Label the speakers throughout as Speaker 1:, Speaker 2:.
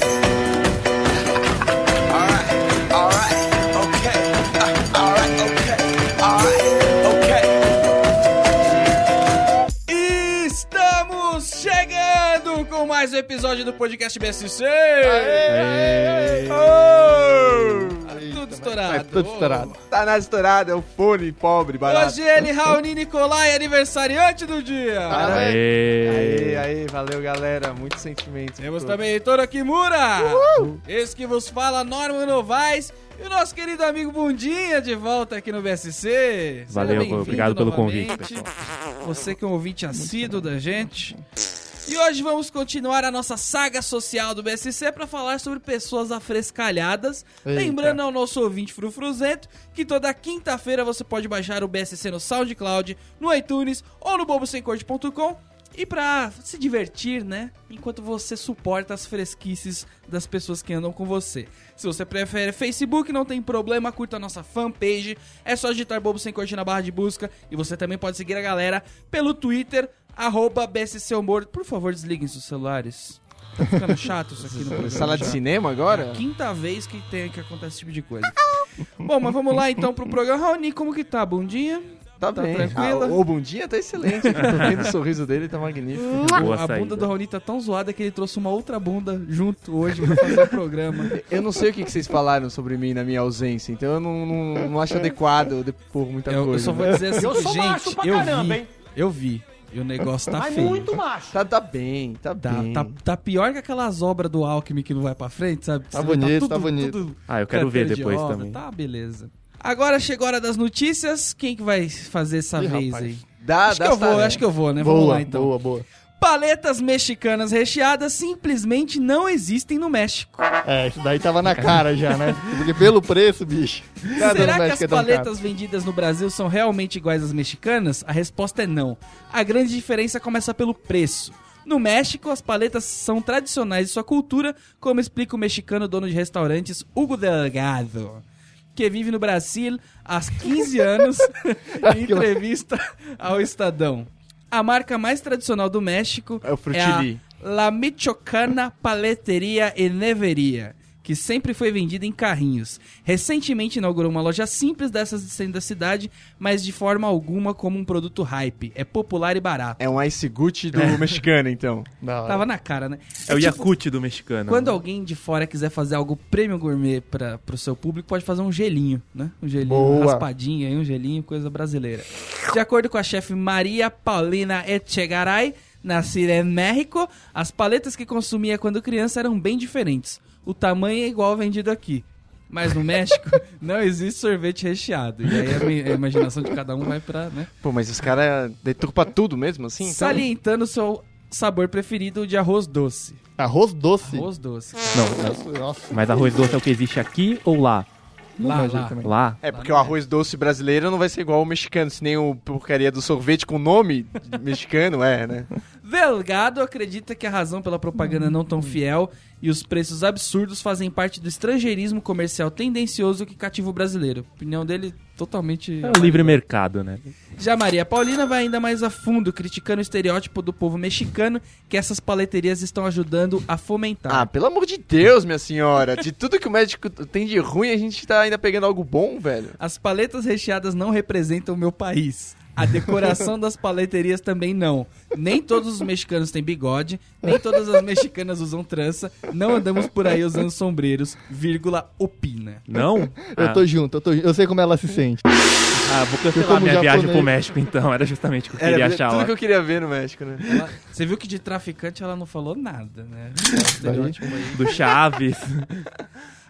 Speaker 1: Uh,
Speaker 2: um episódio do podcast BSC! Tá Tudo estourado.
Speaker 3: Mas tudo estourado.
Speaker 4: Tá na estourada, é o fone pobre, barato.
Speaker 2: Hoje ele, Raoni Nicolai, aniversariante do dia.
Speaker 4: Parabéns. Aê,
Speaker 3: Aê.
Speaker 4: aê, valeu galera, muito sentimento.
Speaker 2: Temos
Speaker 4: Pô.
Speaker 2: também Heitor Kimura. Esse que vos fala, Norman Novaes. E o nosso querido amigo Bundinha de volta aqui no BSC. Seja
Speaker 3: Valeu,
Speaker 2: bem-vindo
Speaker 3: obrigado pelo
Speaker 2: novamente.
Speaker 3: convite,
Speaker 2: Você que é um ouvinte assíduo da gente. E hoje vamos continuar a nossa saga social do BSC para falar sobre pessoas afrescalhadas. Lembrando ao nosso ouvinte frufruzento que toda quinta-feira você pode baixar o BSC no SoundCloud, no iTunes ou no bobosemcorte.com. E pra se divertir, né? Enquanto você suporta as fresquices das pessoas que andam com você. Se você prefere Facebook, não tem problema, curta a nossa fanpage. É só digitar Bobo Sem Corte na barra de busca. E você também pode seguir a galera pelo Twitter, arroba BSC Humor. Por favor, desliguem seus celulares. Tá ficando chato isso aqui no programa.
Speaker 4: Uhum. Sala de
Speaker 2: já.
Speaker 4: cinema agora?
Speaker 2: Quinta vez que tem que acontece esse tipo de coisa. Bom, mas vamos lá então pro programa. Raoni, como que tá? Bom dia?
Speaker 4: Tá
Speaker 2: Tá
Speaker 4: bem.
Speaker 2: tranquila?
Speaker 4: Ah, o bundinha tá excelente. Tô vendo o sorriso dele, tá magnífico.
Speaker 3: Boa
Speaker 2: a
Speaker 3: saída.
Speaker 2: bunda do Raoni tá tão zoada que ele trouxe uma outra bunda junto hoje pra fazer o programa.
Speaker 4: Eu não sei o que que vocês falaram sobre mim na minha ausência, então eu não, não, não acho adequado eu depor muita
Speaker 2: Eu, eu
Speaker 4: coisa.
Speaker 2: só vou
Speaker 4: né?
Speaker 2: dizer assim,
Speaker 5: Eu sou
Speaker 2: gente,
Speaker 5: macho pra
Speaker 2: eu vi,
Speaker 5: caramba, hein?
Speaker 2: eu vi. E o negócio tá
Speaker 5: Mas
Speaker 2: feio.
Speaker 5: muito macho.
Speaker 4: Tá, tá bem, tá,
Speaker 2: Tá,
Speaker 4: bem.
Speaker 2: tá, tá pior que aquelas obras do Alckmin que não vai pra frente, sabe?
Speaker 3: Tá
Speaker 2: Você
Speaker 3: bonito,
Speaker 2: tudo-
Speaker 3: tá bonito.
Speaker 2: tudo
Speaker 3: Ah, eu quero ver
Speaker 2: canteiro de
Speaker 3: depois
Speaker 2: obra,
Speaker 3: também.
Speaker 2: Tá, beleza. Agora chegou a hora das notícias. Quem que vai fazer essa
Speaker 3: Ih,
Speaker 2: vez
Speaker 3: rapaz. Ah,
Speaker 2: aí?
Speaker 4: Dá,
Speaker 2: acho
Speaker 4: dá
Speaker 2: que eu vou,
Speaker 4: saré.
Speaker 2: acho que eu vou, né? Vamos
Speaker 3: Boa,
Speaker 2: lá então.
Speaker 3: boa, boa.
Speaker 2: Paletas mexicanas recheadas simplesmente não existem no México.
Speaker 3: É, isso daí tava na cara já, né? Porque pelo preço, bicho.
Speaker 4: Tá
Speaker 3: nada no
Speaker 2: Será que
Speaker 3: México
Speaker 2: as
Speaker 4: um
Speaker 3: é tão caro.
Speaker 2: paletas vendidas no Brasil são realmente iguais às mexicanas? A resposta é não. A grande diferença começa pelo preço. No México, as paletas são tradicionais de sua cultura, como explica o mexicano dono de restaurantes Hugo Delgado, que vive no Brasil há 15 anos em entrevista ao Estadão. A marca mais tradicional do México
Speaker 4: É o
Speaker 2: é a
Speaker 4: Frutili.
Speaker 2: La Michoacana Paleteria e Neveria, que sempre foi vendida em carrinhos. Recentemente inaugurou uma loja simples dessas de centro da cidade, mas de forma alguma como um produto hype. É popular e barato.
Speaker 4: É um Ice Gucci do mexicano, então.
Speaker 3: Da hora.
Speaker 2: Tava na cara, né?
Speaker 3: É o
Speaker 2: tipo,
Speaker 3: Yakut do mexicano.
Speaker 2: Quando alguém de fora quiser fazer algo prêmio gourmet para pro seu público, pode fazer um gelinho, né? Um gelinho
Speaker 3: Boa.
Speaker 2: raspadinho, aí, um gelinho, coisa brasileira. De acordo com a chefe Maria Paulina Echegaray, nascida em México, as paletas que consumia quando criança eram bem diferentes. O tamanho é igual ao vendido aqui. Mas no México não existe sorvete recheado. E aí a mi- a imaginação de cada um vai pra, né?
Speaker 4: Pô, mas os caras deturpa tudo mesmo, assim? então?
Speaker 2: Salientando o seu sabor preferido de arroz doce.
Speaker 6: Arroz doce?
Speaker 2: Arroz doce.
Speaker 6: Não, nossa.
Speaker 3: Mas arroz doce é o que existe aqui ou lá?
Speaker 2: Lá, lá.
Speaker 3: Lá?
Speaker 4: É, porque o arroz doce brasileiro não vai ser igual ao mexicano, se nem o porcaria do sorvete com nome mexicano é, né?
Speaker 2: Delgado acredita que a razão pela propaganda não tão fiel e os preços absurdos fazem parte do estrangeirismo comercial tendencioso que cativa o brasileiro. Opinião dele totalmente.
Speaker 3: É o livre mercado, né?
Speaker 2: Já Maria Paulina vai ainda mais a fundo, criticando o estereótipo do povo mexicano que essas paleterias estão ajudando a
Speaker 4: Ah,
Speaker 6: Tá.
Speaker 2: fomentar.
Speaker 4: pelo amor de Deus, minha senhora. De tudo que o médico tem de ruim, a gente tá ainda pegando algo bom, velho.
Speaker 2: As paletas recheadas não representam o meu país. A decoração das paleterias também não. Nem todos os mexicanos têm bigode, nem todas as mexicanas usam trança, não andamos por aí usando sombreiros, vírgula, opina.
Speaker 3: Não?
Speaker 2: Ah.
Speaker 6: Eu tô junto, eu tô junto. Eu sei como ela se sente.
Speaker 3: Ah, vou
Speaker 6: eu tô
Speaker 3: cancelar
Speaker 6: no
Speaker 3: minha viagem
Speaker 6: japonês.
Speaker 3: pro México então. Era justamente o que eu queria
Speaker 4: Era
Speaker 3: achar
Speaker 4: É, tudo
Speaker 3: lá.
Speaker 4: que eu queria ver no México, né?
Speaker 2: Ela- você viu que de traficante ela não falou nada, né? Estereótipo aí.
Speaker 3: Do Chaves.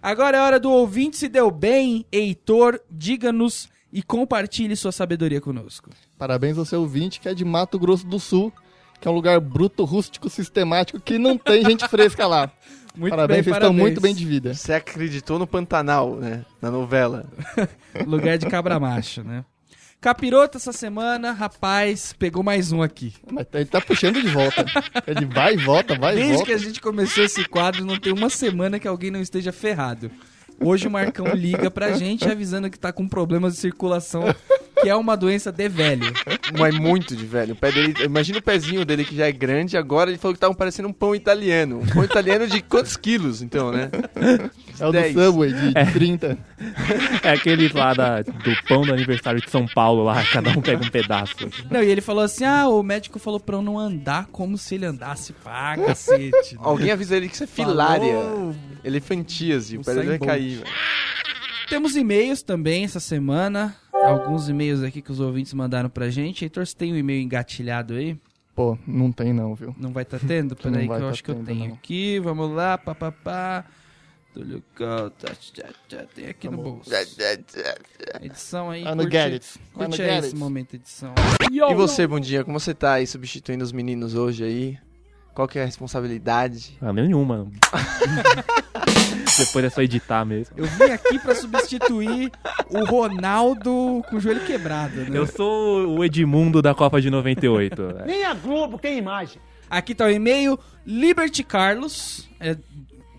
Speaker 2: Agora é hora do ouvinte se deu bem, Heitor, diga-nos e compartilhe sua sabedoria conosco.
Speaker 6: Parabéns ao seu ouvinte, que é de Mato Grosso do Sul, que é um lugar bruto, rústico, sistemático, que não tem gente fresca lá.
Speaker 2: Muito
Speaker 6: parabéns,
Speaker 2: bem,
Speaker 6: vocês estão muito bem de vida.
Speaker 4: Você acreditou no Pantanal, né? Na novela.
Speaker 2: Lugar de cabra macho, né? Capiroto essa semana, rapaz, pegou mais um aqui.
Speaker 6: Mas ele tá puxando de volta. Ele vai e volta, vai e
Speaker 2: Desde que é
Speaker 6: volta.
Speaker 2: a gente começou esse quadro, não tem uma semana que alguém não esteja ferrado. Hoje o Marcão liga pra gente avisando que tá com problemas de circulação que é uma doença de velho.
Speaker 4: Mas é muito de velho. O pé dele, imagina o pezinho dele que já é grande, agora ele falou que tava parecendo um pão italiano. Um pão italiano de quantos quilos, então, né?
Speaker 6: É o do
Speaker 4: 10.
Speaker 6: Subway, de 30.
Speaker 5: É aquele lá da- do pão do aniversário de São Paulo lá, cada um pega um pedaço.
Speaker 2: Não, e ele falou assim: ah, o médico falou pra eu não andar como se ele andasse pá, cacete.
Speaker 4: Alguém avisa ele que isso é filária.
Speaker 2: Falou.
Speaker 4: Elefantíase,
Speaker 2: Um
Speaker 4: o pé dele vai
Speaker 2: Usain
Speaker 4: cair. velho.
Speaker 2: Temos e-mails também essa semana. Alguns e-mails aqui que os ouvintes mandaram pra gente. Heitor, você tem um e-mail engatilhado aí?
Speaker 6: Pô, não tem não, viu?
Speaker 2: Não vai tá tendo?
Speaker 6: não
Speaker 2: Peraí, que
Speaker 6: vai
Speaker 2: eu
Speaker 6: tá
Speaker 2: acho que eu
Speaker 6: tendo,
Speaker 2: tenho
Speaker 6: não.
Speaker 2: aqui. Vamos lá, papapá. Túlio Couto, tchá, tchá, tem aqui no bolso. Edição aí.
Speaker 6: Ah, no
Speaker 2: curte-
Speaker 6: Garrett. Ah, no
Speaker 2: Curte aí esse
Speaker 6: Garrett.
Speaker 2: momento, edição.
Speaker 4: E você, bom dia, como você tá aí substituindo os meninos hoje aí? Qual que é a responsabilidade?
Speaker 5: Ah, nenhuma. Depois é só editar mesmo.
Speaker 2: Eu vim aqui pra substituir o Ronaldo com o joelho quebrado, né?
Speaker 5: Eu sou o Edmundo da Copa de 98. né?
Speaker 7: Nem a Globo tem imagem.
Speaker 2: Aqui tá o e-mail Liberty Carlos, é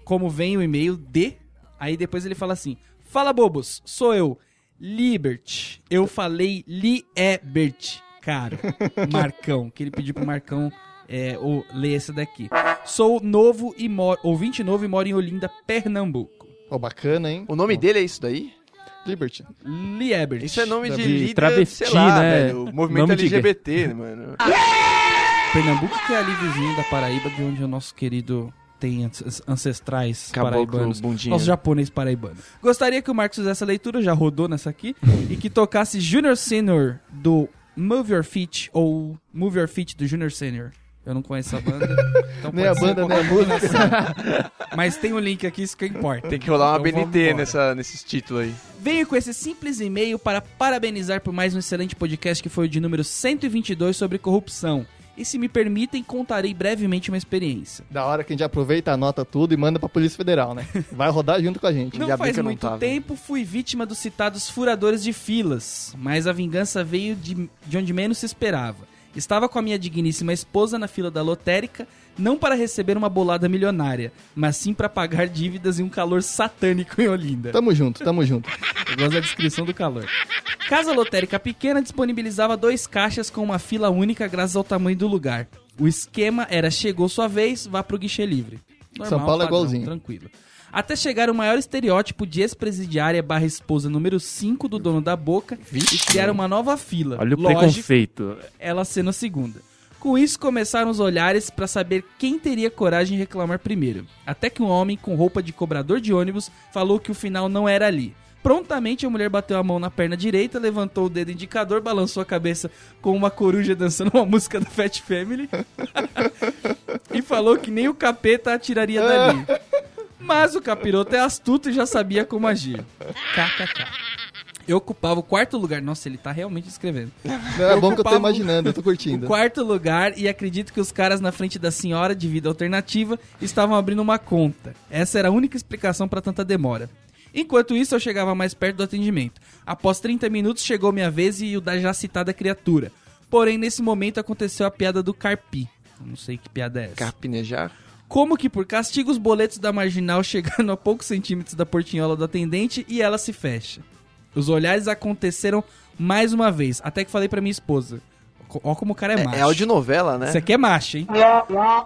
Speaker 2: como vem o e-mail de. Aí depois ele fala assim: Fala bobos, sou eu, Liberty. Eu falei Liebert, cara. Marcão, que ele pediu pro Marcão é, o- ler esse daqui. Sou novo e moro, ouvinte novo e moro em Olinda, Pernambuco.
Speaker 6: Pô, bacana, hein?
Speaker 4: O nome dele é isso daí?
Speaker 6: Liberty.
Speaker 2: Liebert.
Speaker 4: Isso é nome de,
Speaker 5: De
Speaker 4: líder,
Speaker 5: travesti,
Speaker 4: sei lá,
Speaker 5: né?
Speaker 4: velho. Movimento
Speaker 5: Nome de gay.
Speaker 4: LGBT, né, mano.
Speaker 2: Pernambuco que é ali vizinho da Paraíba, de onde o nosso querido tem ans- ancestrais
Speaker 4: Caboclo
Speaker 2: paraibanos.
Speaker 4: bundinha.
Speaker 2: Nosso japonês paraibano. Gostaria que o Marcos fizesse a leitura, já rodou nessa aqui, e que tocasse Junior Senior do Move Your Feet, ou Move Your Feet do Junior Senior. Eu não conheço a banda. Então
Speaker 6: Nem
Speaker 2: pode
Speaker 6: a
Speaker 2: ser
Speaker 6: banda, nem a
Speaker 2: qualquer
Speaker 6: música.
Speaker 2: coisa. Mas tem um link aqui, isso que importa.
Speaker 4: Tem que rolar uma
Speaker 2: Então vamos
Speaker 4: BNT
Speaker 2: embora.
Speaker 4: nessa, nesses títulos aí.
Speaker 2: Venho com esse simples e-mail para parabenizar por mais um excelente podcast que foi o de número 122 sobre corrupção. E se me permitem, contarei brevemente uma experiência.
Speaker 6: Da hora que a gente aproveita, anota tudo e manda pra Polícia Federal, né? Vai rodar junto com a gente.
Speaker 2: Não
Speaker 4: Ainda bem
Speaker 2: faz
Speaker 4: que eu não
Speaker 2: muito
Speaker 4: tava.
Speaker 2: tempo fui vítima dos citados furadores de filas, mas a vingança veio de, de onde menos se esperava. Estava com a minha digníssima esposa na fila da lotérica, não para receber uma bolada milionária, mas sim para pagar dívidas e um calor satânico em Olinda.
Speaker 6: Tamo junto, tamo junto.
Speaker 2: Eu gosto da descrição do calor. Casa lotérica pequena disponibilizava dois caixas com uma fila única graças ao tamanho do lugar. O esquema era chegou sua vez, vá pro guichê livre.
Speaker 6: São Paulo é
Speaker 2: padrão,
Speaker 6: igualzinho.
Speaker 2: Tranquilo. Até chegar o maior estereótipo de ex-presidiária barra esposa número 5 do dono da boca e criar uma nova fila.
Speaker 5: Olha o
Speaker 2: Lógico,
Speaker 5: preconceito.
Speaker 2: ela sendo a segunda. Com isso começaram os olhares para saber quem teria coragem de reclamar primeiro. Até que um homem com roupa de cobrador de ônibus falou que o final não era ali. Prontamente a mulher bateu a mão na perna direita, levantou o dedo indicador, balançou a cabeça com uma coruja dançando uma música do Fat Family e falou que nem o capeta atiraria dali. Mas o capiroto é astuto e já sabia como agir. KKK. Eu ocupava o quarto lugar. Nossa, ele tá realmente escrevendo.
Speaker 6: Não, é bom que eu tô
Speaker 2: Ocupava-
Speaker 6: imaginando, eu tô
Speaker 2: O
Speaker 6: curtindo.
Speaker 2: quarto lugar, e acredito que os caras na frente da senhora de vida alternativa estavam abrindo uma conta. Essa era a única explicação para tanta demora. Enquanto isso, eu chegava mais perto do atendimento. Após 30 minutos, chegou minha vez e o da já citada criatura. Porém, nesse momento aconteceu a piada do Carpi. Eu Não sei que piada é essa.
Speaker 4: Carpinejar?
Speaker 2: Como que por castigo os boletos da marginal chegando a poucos centímetros da portinhola do atendente e ela se fecha. Os olhares aconteceram mais uma vez, até que falei pra minha esposa. Co- Ó como o cara é, macho.
Speaker 4: É, é audionovela, né?
Speaker 2: Isso aqui é macho, hein?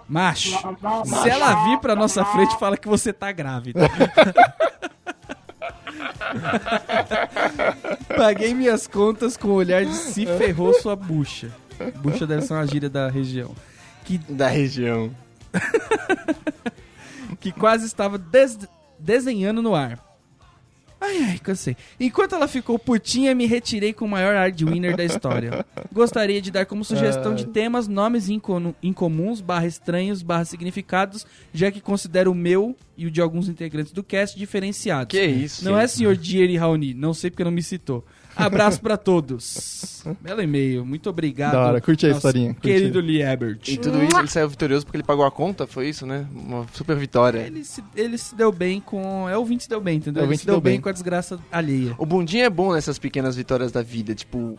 Speaker 2: Macho. Se ela vir pra nossa frente, fala que você tá grávida. Paguei minhas contas com o olhar de se ferrou sua bucha. Bucha deve ser uma gíria da região. Que
Speaker 4: Da região.
Speaker 2: que quase estava des- desenhando no ar. Ai, ai, cansei. Enquanto ela ficou putinha, me retirei com o maior ar de winner da história. Gostaria de dar como sugestão de temas, nomes inconu- incomuns, barra estranhos, barra significados, já que considero o meu e o de alguns integrantes do cast diferenciados.
Speaker 4: Que isso?
Speaker 2: Não é senhor Dier e Raoni, não sei porque não me citou. Abraço pra todos. Belo e-mail, muito obrigado.
Speaker 6: Da hora, curti a
Speaker 2: nosso
Speaker 6: historinha, curti.
Speaker 2: Querido Lee Ebert.
Speaker 4: E tudo isso ele saiu vitorioso porque ele pagou a conta, foi isso, né? Uma super vitória.
Speaker 2: Ele se, ele se deu bem com. É o 20 se deu bem, entendeu?
Speaker 6: É o
Speaker 2: Ele
Speaker 6: ouvinte
Speaker 2: se deu
Speaker 6: deu
Speaker 2: bem.
Speaker 6: bem.
Speaker 2: com a desgraça alheia.
Speaker 4: O bundinho é bom nessas pequenas vitórias da vida, tipo.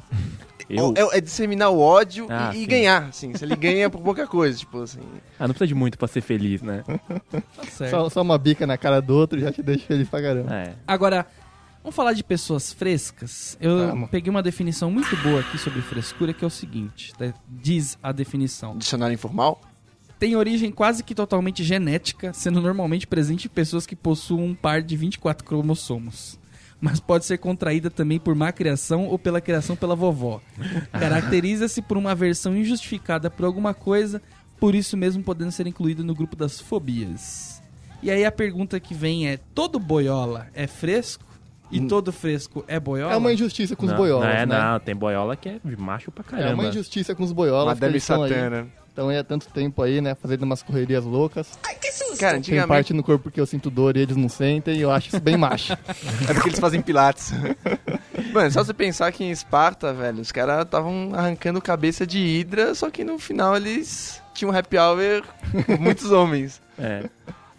Speaker 5: Eu?
Speaker 4: É, é disseminar o ódio e-
Speaker 5: Ah,
Speaker 4: e,
Speaker 5: sim.
Speaker 4: ganhar, assim. Se ele ganha por pouca coisa, tipo assim.
Speaker 5: Ah, não precisa de muito pra ser feliz, né?
Speaker 6: Hum?
Speaker 2: Tá certo.
Speaker 6: Só, só uma bica na cara do outro já te deixa feliz pra caramba.
Speaker 5: É.
Speaker 2: Agora, Vamos falar de pessoas frescas. Eu
Speaker 6: Vamos.
Speaker 2: peguei uma definição muito boa aqui sobre frescura, que é o seguinte: tá? diz a definição.
Speaker 4: Dicionário informal?
Speaker 2: Tem origem quase que totalmente genética, sendo normalmente presente em pessoas que possuem um par de 24 cromossomos. Mas pode ser contraída também por má criação ou pela criação pela vovó. Caracteriza-se por uma aversão injustificada por alguma coisa, por isso mesmo podendo ser incluído no grupo das fobias. E aí a pergunta que vem é: todo boiola é fresco? E todo fresco é boiola?
Speaker 6: Hum. É uma injustiça com os
Speaker 5: não,
Speaker 6: boiolas,
Speaker 5: não é,
Speaker 6: né?
Speaker 5: Não, tem boiola que é de macho pra
Speaker 6: É
Speaker 5: caramba.
Speaker 6: uma injustiça com os boiolas. que
Speaker 4: Madame
Speaker 6: eles estão aí-
Speaker 4: Satana.
Speaker 6: Estão aí há tanto tempo aí, né? Fazendo umas correrias loucas.
Speaker 4: Cara,
Speaker 6: Tem
Speaker 4: antigamente
Speaker 6: parte no corpo que eu sinto dor e eles não sentem. E eu acho isso bem macho.
Speaker 4: É porque eles fazem pilates. Mano, só você pensar que em Esparta, velho, os caras estavam arrancando cabeça de Hidra, só que no final eles tinham um happy hour com muitos homens.
Speaker 5: É.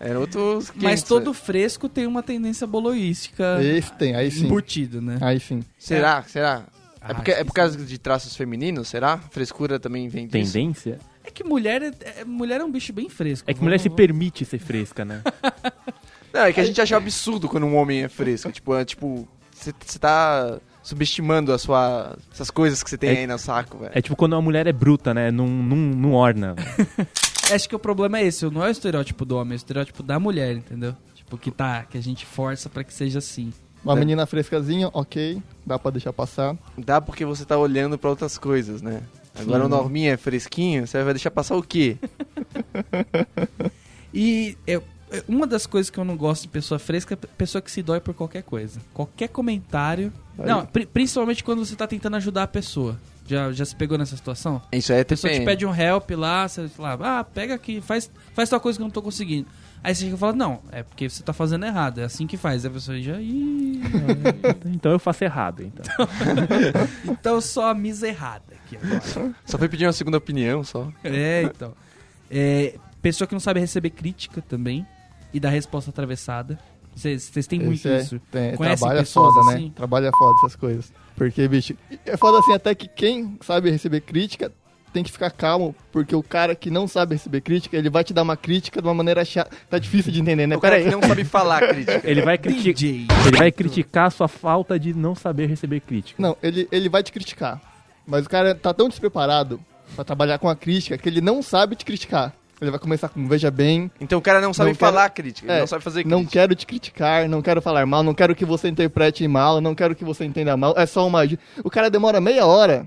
Speaker 4: Era outros
Speaker 2: Mas
Speaker 4: 500.
Speaker 2: todo fresco tem uma tendência boloística
Speaker 6: Esse tem, aí sim.
Speaker 2: embutida, né?
Speaker 6: Aí sim.
Speaker 4: Será? Será?
Speaker 2: Ah,
Speaker 4: É, porque, é
Speaker 2: esqueci.
Speaker 4: por causa de traços femininos, será? Frescura também vem disso?
Speaker 5: Tendência?
Speaker 2: É que mulher é, é- mulher é um bicho bem fresco.
Speaker 5: É que mulher se
Speaker 2: Vamos-
Speaker 5: permite ser fresca, né?
Speaker 4: Não, é que a gente acha absurdo quando um homem é fresco. tipo, é tipo, você tá subestimando a sua, essas coisas que você tem
Speaker 5: É-
Speaker 4: aí no saco, velho.
Speaker 5: É tipo quando uma mulher é bruta, né? Não, não, não orna.
Speaker 2: Acho que o problema é esse, não é o estereótipo do homem, é o estereótipo da mulher, entendeu? Tipo, que tá, que a gente força pra que seja assim.
Speaker 5: É.
Speaker 6: Uma menina frescazinha, ok. Dá pra deixar passar.
Speaker 4: Dá porque você tá olhando pra outras coisas, né? Agora o Norminha é fresquinho, você vai deixar passar o quê?
Speaker 2: E eu- é uma das coisas que eu não gosto de pessoa fresca é pessoa que se dói por qualquer coisa. Qualquer comentário. Não, pri- principalmente quando você tá tentando ajudar a pessoa. Já, já se pegou nessa situação?
Speaker 4: Isso aí é
Speaker 2: A pessoa te
Speaker 4: TPM.
Speaker 2: pede um help lá, você lá, ah, pega aqui, faz, faz tal coisa que eu não tô conseguindo. Aí você chega e fala, não, é porque você tá fazendo errado, é assim que faz. Aí a pessoa já, ih,
Speaker 5: Então eu faço errado, então.
Speaker 2: então só a misa errada aqui agora.
Speaker 4: Só foi pedir uma segunda opinião, só.
Speaker 2: é, então. É, pessoa que não sabe receber crítica também e dar resposta atravessada. Vocês têm muito
Speaker 6: Esse é-
Speaker 2: isso.
Speaker 6: Tem,
Speaker 2: Conhece
Speaker 6: trabalha
Speaker 2: pessoas
Speaker 6: foda,
Speaker 2: assim?
Speaker 6: né? Trabalha foda essas coisas. Porque, bicho, é foda assim, até que quem sabe receber crítica tem que ficar calmo, porque o cara que não sabe receber crítica, ele vai te dar uma crítica de uma maneira chata. Tá difícil de entender, né?
Speaker 4: O cara
Speaker 6: Peraí.
Speaker 4: que não sabe falar crítica.
Speaker 5: Ele vai, criti
Speaker 2: DJ.
Speaker 5: ele vai criticar a sua falta de não saber receber crítica.
Speaker 6: Não, ele, ele vai te criticar. Mas o cara tá tão despreparado pra trabalhar com a crítica que ele não sabe te criticar. Ele vai começar com veja bem,
Speaker 4: Então o cara não sabe
Speaker 6: Não quero-
Speaker 4: falar crítica, ele
Speaker 6: É,
Speaker 4: não sabe fazer crítica.
Speaker 6: não quero te criticar, não quero falar mal, não quero que você interprete mal, não quero que você entenda mal, é só uma. ju- O cara demora meia hora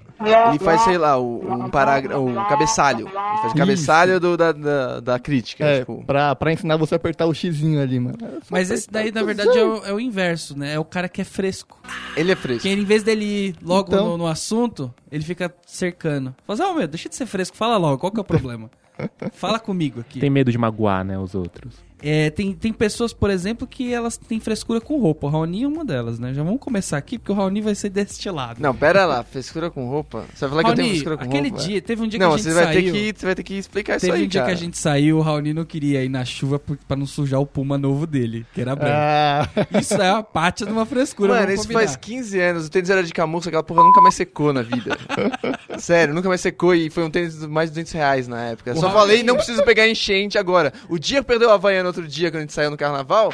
Speaker 4: Ele faz, sei lá, o- um parágrafo, um cabeçalho. Ele faz o cabeçalho do- da, da, da crítica,
Speaker 6: É,
Speaker 4: tipo...
Speaker 6: pra, pra ensinar você a apertar o xizinho ali, mano.
Speaker 2: Mas esse daí, na verdade, é o, é o inverso, né? É o cara que é fresco.
Speaker 4: Ele é fresco.
Speaker 2: Que ele, em vez dele ir logo
Speaker 6: Então.
Speaker 2: no, no assunto, ele fica cercando. Fala, assim, "Ô, meu, deixa de ser fresco, fala logo, qual que é o problema? fala comigo aqui.
Speaker 5: Tem medo de magoar, né, os outros.
Speaker 2: É, tem, tem pessoas, por exemplo, que elas têm frescura com roupa. O Raoni é uma delas, né? Já vamos começar aqui, porque o Raoni vai ser destilado.
Speaker 4: Não, pera lá, frescura com roupa? Você vai falar que eu tenho
Speaker 2: Raoni,
Speaker 4: frescura com
Speaker 2: aquele
Speaker 4: roupa? é.
Speaker 2: dia, teve um dia
Speaker 4: Não,
Speaker 2: que a gente
Speaker 4: você vai,
Speaker 2: saiu...
Speaker 4: ter que, você vai ter que explicar
Speaker 2: Teve
Speaker 4: isso aí,
Speaker 2: um dia
Speaker 4: cara.
Speaker 2: que a gente saiu, o Raoni não queria ir na chuva por- pra não sujar o puma novo dele, que era branco.
Speaker 6: Ah,
Speaker 2: Isso é a parte de uma frescura,
Speaker 4: Mano,
Speaker 2: vamos
Speaker 4: isso
Speaker 2: combinar.
Speaker 4: faz 15 anos. O tênis era de camurça, aquela porra nunca mais secou na vida. Sério, nunca mais secou e foi um tênis de mais de 200 reais na época. Só
Speaker 2: Raul-
Speaker 4: falei, não preciso pegar enchente agora. O dia que perdeu a Havaiana outro dia, quando a gente saiu no carnaval.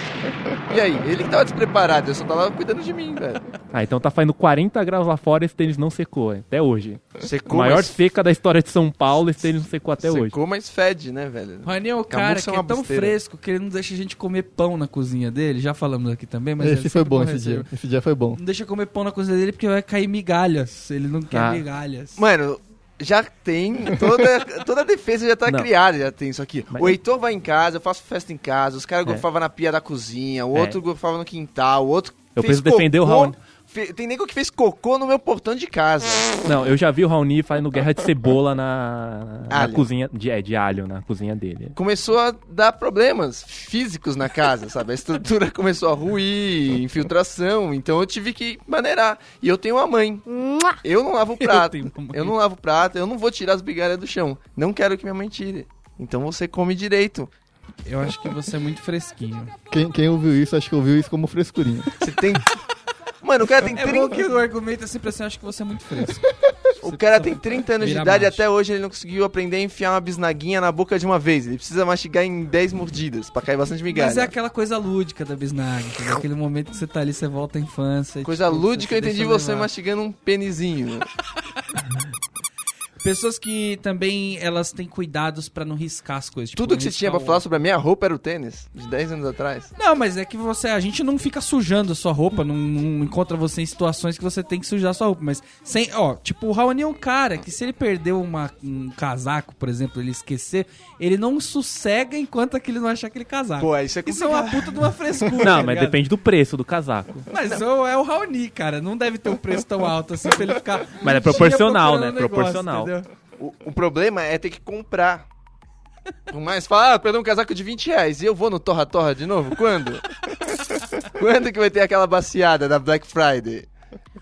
Speaker 4: E aí, ele que tava despreparado, eu só tava cuidando de mim, velho.
Speaker 5: Ah, então tá fazendo 40 graus lá fora e esse tênis não secou, hein, até hoje.
Speaker 4: Secou,
Speaker 5: Maior
Speaker 6: assim?
Speaker 4: mas,
Speaker 5: seca da história de São Paulo, esse tênis não secou até hoje.
Speaker 4: secou mas fede, né, velho?
Speaker 2: Raoni é o
Speaker 4: Camurça
Speaker 2: cara
Speaker 4: é
Speaker 2: que
Speaker 4: uma
Speaker 2: é tão
Speaker 4: besteira.
Speaker 2: fresco que ele não deixa a gente comer pão na cozinha dele. Já falamos aqui também, mas... ele
Speaker 6: esse foi
Speaker 2: sempre
Speaker 6: é, bom
Speaker 2: com
Speaker 6: esse
Speaker 2: reserva.
Speaker 6: dia. Esse dia foi bom.
Speaker 2: Não deixa comer pão na cozinha dele porque vai cair migalhas. Ele não quer
Speaker 5: Ah.
Speaker 2: migalhas.
Speaker 4: Mano, já tem. Toda, toda a defesa já tá
Speaker 5: Não.
Speaker 4: criada, já tem isso aqui.
Speaker 5: Mas-
Speaker 4: O Heitor vai em casa, eu faço festa em casa, os caras
Speaker 5: É.
Speaker 4: gofavam na pia da cozinha, o
Speaker 5: É.
Speaker 4: outro gofavam no quintal, o outro.
Speaker 5: Eu
Speaker 4: fez
Speaker 5: preciso defender o Raoni.
Speaker 4: fe- Tem nego que fez cocô no meu portão de casa.
Speaker 5: Não, eu já vi o Raoni fazendo guerra de cebola na, na
Speaker 4: Alho.
Speaker 5: cozinha. De, é, de alho na cozinha dele.
Speaker 4: Começou a dar problemas físicos na casa, sabe? A estrutura começou a ruir, infiltração, então eu tive que maneirar. E eu tenho uma mãe. Eu não lavo o prato.
Speaker 2: tenho
Speaker 4: Eu,
Speaker 2: uma mãe.
Speaker 4: não lavo o prato, eu não vou tirar as migalhas do chão. Não quero que minha mãe tire. Então você come direito.
Speaker 2: Eu acho que você é muito fresquinho.
Speaker 6: Quem, quem ouviu isso, acho que ouviu isso como frescurinha.
Speaker 4: Você tem. Mano, o cara tem
Speaker 2: É bom
Speaker 4: 30.
Speaker 2: que o argumento é sempre assim, eu acho que você é muito fresco.
Speaker 4: O cara tem 30 anos de
Speaker 2: Vira
Speaker 4: idade e
Speaker 2: macho.
Speaker 4: até hoje ele não conseguiu aprender a enfiar uma bisnaguinha na boca de uma vez. Ele precisa mastigar em 10 mordidas pra cair bastante migalha.
Speaker 2: Mas é aquela coisa lúdica da bisnaga, entendeu? Aquele momento que você tá ali, você volta à infância.
Speaker 4: Coisa
Speaker 2: tipo,
Speaker 4: lúdica, eu
Speaker 2: se
Speaker 4: entendi
Speaker 2: deixa
Speaker 4: você
Speaker 2: levar.
Speaker 4: mastigando um penizinho.
Speaker 2: Pessoas que também, elas têm cuidados pra não riscar as coisas. tipo,
Speaker 4: Tudo que
Speaker 2: não
Speaker 4: você tinha pra
Speaker 2: riscar
Speaker 4: falar
Speaker 2: o-
Speaker 4: sobre a minha roupa era o tênis, de 10 anos atrás.
Speaker 2: Não, mas é que você, a gente não fica sujando a sua roupa, não, não encontra você em situações que você tem que sujar a sua roupa, mas sem, ó, tipo, o Raoni é um cara que se ele perdeu uma- um casaco, por exemplo, ele esquecer, ele não sossega enquanto aquele não achar aquele casaco.
Speaker 4: Pô, isso é
Speaker 2: Isso é uma puta de uma frescura. tá
Speaker 5: Não, mas
Speaker 2: ligado?
Speaker 5: depende do preço do casaco.
Speaker 2: Mas o- é o Raoni, cara. Não deve ter um preço tão alto assim pra ele ficar.
Speaker 5: Mas é
Speaker 2: um dia
Speaker 5: proporcional,
Speaker 2: procurando
Speaker 5: né?
Speaker 2: um negócio,
Speaker 5: Proporcional.
Speaker 2: entendeu?
Speaker 4: O, o problema é ter que comprar. O mais fala, ah, perdeu um casaco de 20 reais e eu vou no Torra Torra de novo? Quando? Quando que vai ter aquela baciada da Black Friday?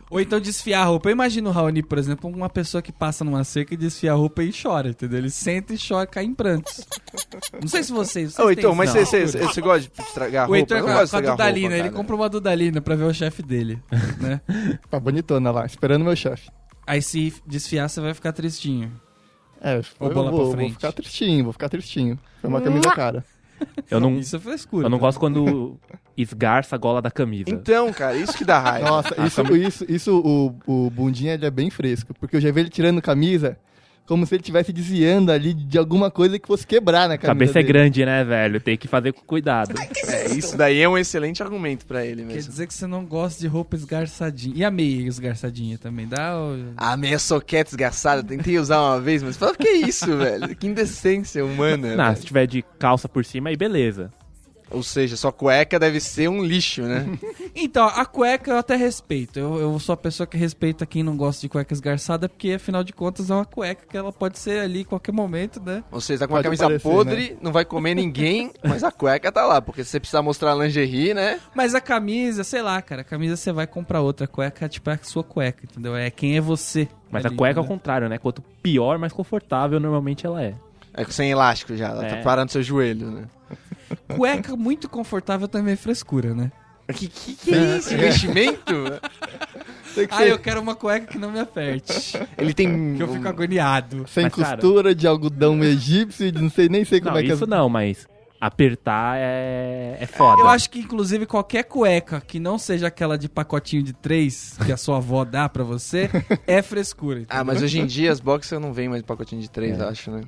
Speaker 2: Ou então desfiar a roupa. Eu imagino o Raoni, por exemplo, uma pessoa que passa numa cerca e desfia a roupa e chora, entendeu? Ele senta e chora, cai em prantos. Não sei se vocês. vocês
Speaker 4: Ô, então,
Speaker 2: têm
Speaker 4: mas
Speaker 2: isso, não?
Speaker 4: você você gosta de estragar a
Speaker 2: O
Speaker 4: roupa?
Speaker 2: Heitor então
Speaker 4: Eu
Speaker 2: é com
Speaker 4: não
Speaker 2: a,
Speaker 4: gosto de
Speaker 2: com a
Speaker 4: estragar a
Speaker 2: Dudalina,
Speaker 4: roupa, né?
Speaker 2: ele
Speaker 4: cara.
Speaker 2: compra uma Dudalina pra ver o chefe dele, né?
Speaker 6: Tá bonitona lá, esperando meu chefe.
Speaker 2: Aí se desfiar, você vai ficar tristinho.
Speaker 6: É, eu vou,
Speaker 2: bola pra
Speaker 6: vou, vou
Speaker 2: frente.
Speaker 6: ficar tristinho, vou ficar tristinho. Foi uma camisa cara.
Speaker 5: Eu não,
Speaker 2: Isso é frescura.
Speaker 5: eu não
Speaker 2: tá?
Speaker 5: gosto quando esgarça a gola da camisa.
Speaker 4: Então, cara, isso que dá raiva.
Speaker 6: Nossa,
Speaker 5: Ah,
Speaker 6: isso, isso, isso o, o bundinha ele é bem fresco, porque eu já vi ele tirando camisa como se ele estivesse desviando ali de alguma coisa que fosse quebrar na camisa.
Speaker 5: Cabeça é
Speaker 6: dele.
Speaker 5: grande, né, velho? Tem que fazer com cuidado.
Speaker 4: É, isso daí é um excelente argumento pra ele
Speaker 2: Quer
Speaker 4: mesmo.
Speaker 2: dizer que você não gosta de roupa esgarçadinha. E a meia esgarçadinha também, dá? ou-
Speaker 4: Ah, A meia soquete desgraçada, tentei usar uma vez, mas fala, que isso, velho? Que indecência humana.
Speaker 5: Não,
Speaker 4: velho."
Speaker 5: se tiver de calça por cima, aí beleza.
Speaker 4: Ou seja, sua cueca deve ser um lixo, né?
Speaker 2: Então, a cueca eu até respeito. Eu, eu sou a pessoa que respeita quem não gosta de cueca esgarçada, porque afinal de contas é uma cueca que ela pode ser ali em qualquer momento, né?
Speaker 4: Ou seja, tá com uma
Speaker 6: Pode
Speaker 4: camisa
Speaker 6: parecer,
Speaker 4: podre, não vai comer ninguém, mas a cueca tá lá, porque se você precisar mostrar a lingerie, né?
Speaker 2: Mas a camisa, sei lá, cara, a camisa você vai comprar outra. A cueca, tipo, é a sua cueca, entendeu? É quem é você.
Speaker 5: Mas
Speaker 2: ali,
Speaker 5: a cueca é ao
Speaker 2: entendeu?
Speaker 5: contrário, né? Quanto pior, mais confortável normalmente ela é.
Speaker 4: É com sem elástico já, ela tá
Speaker 5: É.
Speaker 4: parando seu joelho, né?
Speaker 2: Cueca muito confortável também é frescura, né?
Speaker 4: Que, que, que é isso? Investimento?
Speaker 6: Tem que
Speaker 2: Ah,
Speaker 6: ser
Speaker 2: eu quero uma cueca que não me aperte.
Speaker 4: Ele tem. um-
Speaker 2: Que eu fico agoniado.
Speaker 6: sem
Speaker 5: Mas, cara-
Speaker 6: costura, de algodão egípcio, de não sei nem sei como
Speaker 5: Não,
Speaker 6: é que
Speaker 5: isso
Speaker 6: é.
Speaker 5: não, mas apertar é, é foda.
Speaker 2: Eu acho que, inclusive, qualquer cueca que não seja aquela de pacotinho de três que a sua avó dá pra você, é frescura. entendeu?
Speaker 4: Ah, mas hoje em dia as boxers não vêm mais de pacotinho de três, acho, né?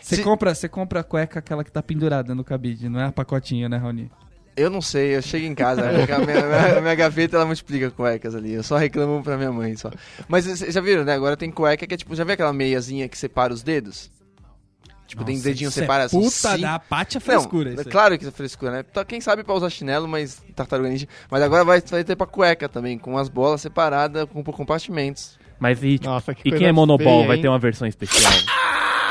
Speaker 2: Você
Speaker 4: Se-
Speaker 2: compra, você compra a cueca aquela que tá pendurada no cabide, não é a pacotinha, né, Raoni?
Speaker 4: Eu não sei, eu chego em casa, a minha, minha- minha gaveta ela multiplica cuecas ali. Eu só reclamo pra minha mãe só. Mas vocês já viram, né? Agora tem cueca que é tipo, já viu aquela meiazinha que separa os dedos? Tipo, tem
Speaker 2: Nossa,
Speaker 4: dedinho
Speaker 2: isso
Speaker 4: separa
Speaker 2: é
Speaker 4: assim.
Speaker 2: Puta
Speaker 4: sim.
Speaker 2: da Pátia
Speaker 4: Não,
Speaker 2: frescura. isso aí.
Speaker 4: claro que é frescura, né? Tá, Quem sabe pra usar chinelo, mas tartaruga ninja. Mas agora vai, vai ter pra cueca também, com as bolas separadas, com por compartimentos.
Speaker 5: Mas e, tipo,
Speaker 6: Nossa,
Speaker 5: e
Speaker 6: que coisa
Speaker 5: quem é monobol
Speaker 6: feia,
Speaker 5: vai
Speaker 6: hein?
Speaker 5: ter uma versão especial?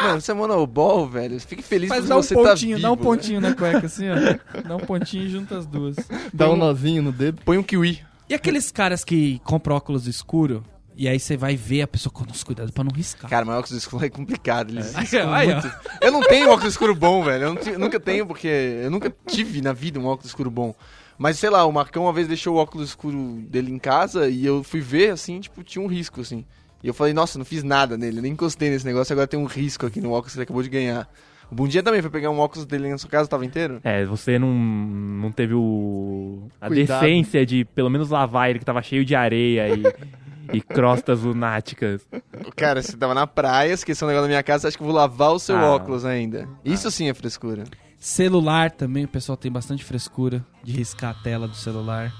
Speaker 4: Mano, você é monobol, velho. Fique feliz
Speaker 2: Mas
Speaker 4: porque
Speaker 2: dá um
Speaker 4: você tá
Speaker 2: pontinho,
Speaker 4: vivo.
Speaker 2: dá um pontinho na cueca, assim, ó. Dá um pontinho e junta as duas.
Speaker 6: Dá um nozinho no dedo.
Speaker 4: Põe um kiwi.
Speaker 2: E aqueles caras que compram óculos escuro, e aí você vai ver a pessoa com nossa, cuidado pra não riscar.
Speaker 4: Cara, mas óculos escuro é complicado. Eles
Speaker 2: Aí, ó, aí, ó.
Speaker 4: Eu não tenho óculos escuro bom, velho. Eu não ti- nunca tenho, porque eu nunca tive na vida um óculos escuro bom. Mas sei lá, o Marcão uma vez deixou o óculos escuro dele em casa e eu fui ver, assim, tipo, tinha um risco, assim. E eu falei, nossa, não fiz nada nele, nem encostei nesse negócio, agora tem um risco aqui no óculos que ele acabou de ganhar. O Bundinha também foi pegar um óculos dele na sua casa, tava inteiro?
Speaker 5: é, você não, não teve o. a
Speaker 6: Cuidado.
Speaker 5: decência de pelo menos lavar ele que tava cheio de areia e, e crostas lunáticas.
Speaker 4: Cara, você tava na praia, esqueceu um negócio na minha casa, acho que eu vou lavar o seu
Speaker 5: Ah.
Speaker 4: óculos ainda. Isso sim é frescura.
Speaker 2: Celular também, o pessoal tem bastante frescura de riscar a tela do celular.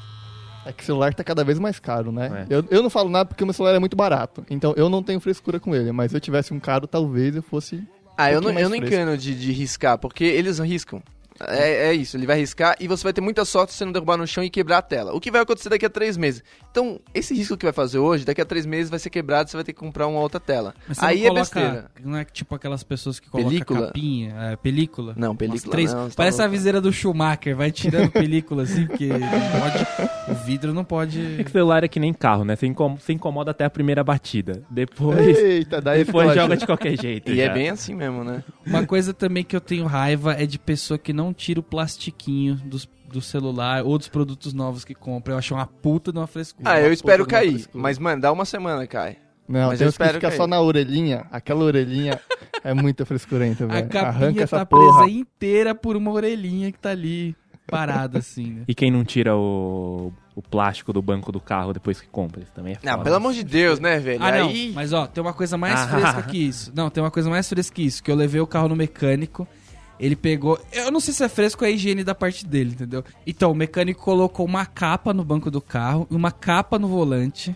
Speaker 6: É que o celular tá cada vez mais caro, né?
Speaker 5: É.
Speaker 6: Eu, eu não falo nada porque meu celular é muito barato. Então eu não tenho frescura com ele. Mas se eu tivesse um caro, talvez eu fosse.
Speaker 4: Ah, eu
Speaker 6: pouquinho
Speaker 4: não,
Speaker 6: mais
Speaker 4: eu não
Speaker 6: fresco.
Speaker 4: encano de, de riscar, porque eles riscam. É, é isso, ele vai riscar e você vai ter muita sorte se você não derrubar no chão e quebrar a tela. O que vai acontecer daqui a três meses? Então, esse risco que vai fazer hoje, daqui a três meses vai ser quebrado, você vai ter que comprar uma outra tela.
Speaker 2: Mas você
Speaker 4: Aí
Speaker 2: não
Speaker 4: é
Speaker 2: coloca,
Speaker 4: besteira.
Speaker 2: Não é tipo aquelas pessoas que colocam
Speaker 4: Película?
Speaker 2: capinha, é, película.
Speaker 4: Não,
Speaker 2: Umas
Speaker 4: película
Speaker 2: três.
Speaker 4: não, você tá
Speaker 2: Parece a
Speaker 4: louco.
Speaker 2: viseira do Schumacher, vai tirando película assim, porque não pode, o vidro não
Speaker 5: É
Speaker 2: pode.
Speaker 5: que celular é que nem carro, né? Você incom- você incomoda até a primeira batida. Depois.
Speaker 6: Eita, daí
Speaker 5: Depois
Speaker 6: ficou
Speaker 5: joga
Speaker 6: ótimo.
Speaker 5: de qualquer jeito.
Speaker 4: E é
Speaker 5: já.
Speaker 4: bem assim mesmo, né?
Speaker 2: Uma coisa também que eu tenho raiva é de pessoa que não tira o plastiquinho dos- do celular ou dos produtos novos que compra. Eu acho uma puta de uma frescura.
Speaker 4: Ah,
Speaker 2: Uma
Speaker 4: eu
Speaker 2: puta
Speaker 4: espero
Speaker 2: de uma
Speaker 4: cair.
Speaker 2: frescura.
Speaker 4: Mas, mano, dá uma semana, cai.
Speaker 6: Não,
Speaker 4: Mas
Speaker 6: tem
Speaker 4: eu
Speaker 6: uns que
Speaker 4: espero
Speaker 6: fica
Speaker 4: que-
Speaker 6: só na orelhinha. Aquela orelhinha é muito frescurenta,
Speaker 2: A
Speaker 6: velho. Arranca
Speaker 2: capinha
Speaker 6: essa
Speaker 2: tá
Speaker 6: porra.
Speaker 2: presa inteira por uma orelhinha que tá ali parada assim, né?
Speaker 5: E quem não tira o, o plástico do banco do carro depois que compra? Isso também é foda.
Speaker 4: Não, pelo amor de Deus, né, velho?
Speaker 2: Ah, não,
Speaker 4: Aí...
Speaker 2: mas ó, tem uma coisa mais
Speaker 5: Ah.
Speaker 2: fresca que isso. Não, tem uma coisa mais fresca que isso, que eu levei o carro no mecânico, ele pegou... Eu não sei se é fresco ou é higiene da parte dele, entendeu? Então, o mecânico colocou uma capa no banco do carro, uma capa no volante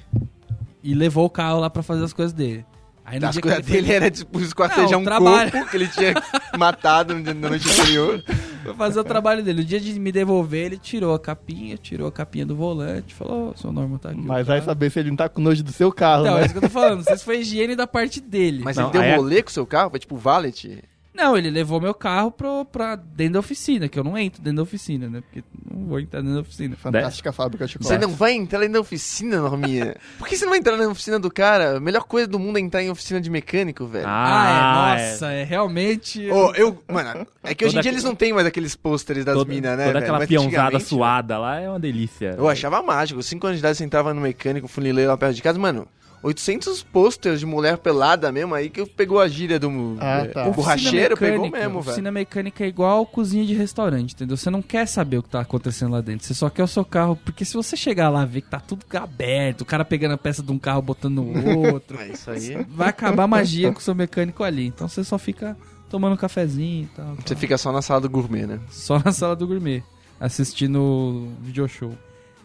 Speaker 2: e levou o carro lá pra fazer as coisas dele. Aí no
Speaker 4: As
Speaker 2: dia que
Speaker 4: coisas
Speaker 2: ele foi-
Speaker 4: dele era tipo esquartejar
Speaker 2: Não,
Speaker 4: um
Speaker 2: trabalho.
Speaker 4: corpo que ele tinha matado no dia- na noite anterior.
Speaker 2: Foi fazer o trabalho dele. No dia de me devolver, ele tirou a capinha, tirou a capinha do volante, falou, "Ô, seu Norman tá aqui.
Speaker 6: Mas
Speaker 2: tá.
Speaker 6: vai saber se ele não tá com nojo do seu carro,
Speaker 2: Então, é
Speaker 6: né?
Speaker 2: isso que eu tô falando. Não sei se foi higiene da parte dele.
Speaker 4: Mas
Speaker 5: Não,
Speaker 4: ele deu um
Speaker 5: aí é-
Speaker 4: rolê com o seu carro? Foi tipo valet?
Speaker 2: Não, ele levou meu carro pro, pra dentro da oficina, que eu não entro dentro da oficina, né? Porque não vou entrar dentro da oficina.
Speaker 6: Fantástica fábrica de
Speaker 4: Você
Speaker 6: chocolate.
Speaker 4: não vai entrar na oficina, Norminha? Por que você não vai entrar na oficina do cara? A melhor coisa do mundo é entrar em oficina de mecânico, velho.
Speaker 5: Ah,
Speaker 2: é. Nossa, é, realmente.
Speaker 4: Ô, eu, mano, é que hoje em
Speaker 5: Toda
Speaker 4: dia eles não têm mais aqueles pôsteres das
Speaker 5: Toda,
Speaker 4: minas, né?
Speaker 5: toda
Speaker 4: velho?
Speaker 5: aquela
Speaker 4: Mas
Speaker 5: peãozada
Speaker 4: antigamente,
Speaker 5: suada lá é uma delícia.
Speaker 4: Eu achava mágico. Cinco anos de idade, sentava no mecânico, funileiro lá perto de casa. Mano, 800 pôsteres de mulher pelada mesmo aí que pegou a gíria do
Speaker 6: Ah,
Speaker 4: eh,
Speaker 6: tá.
Speaker 4: o
Speaker 6: Oficina
Speaker 4: borracheiro, pegou
Speaker 2: mecânica-
Speaker 4: mesmo, velho.
Speaker 2: Oficina mecânica é igual cozinha de restaurante, entendeu? Você não quer saber o que tá acontecendo lá dentro. Você só quer o seu carro. Porque se você chegar lá e ver que tá tudo aberto, o cara pegando a peça de um carro, botando no outro,
Speaker 4: É isso aí.
Speaker 2: vai acabar a magia com o seu mecânico ali. Então você só fica tomando um cafezinho e tal.
Speaker 4: Você
Speaker 2: tal.
Speaker 4: fica só na sala do gourmet, né?
Speaker 2: Só na sala do gourmet, assistindo o video show.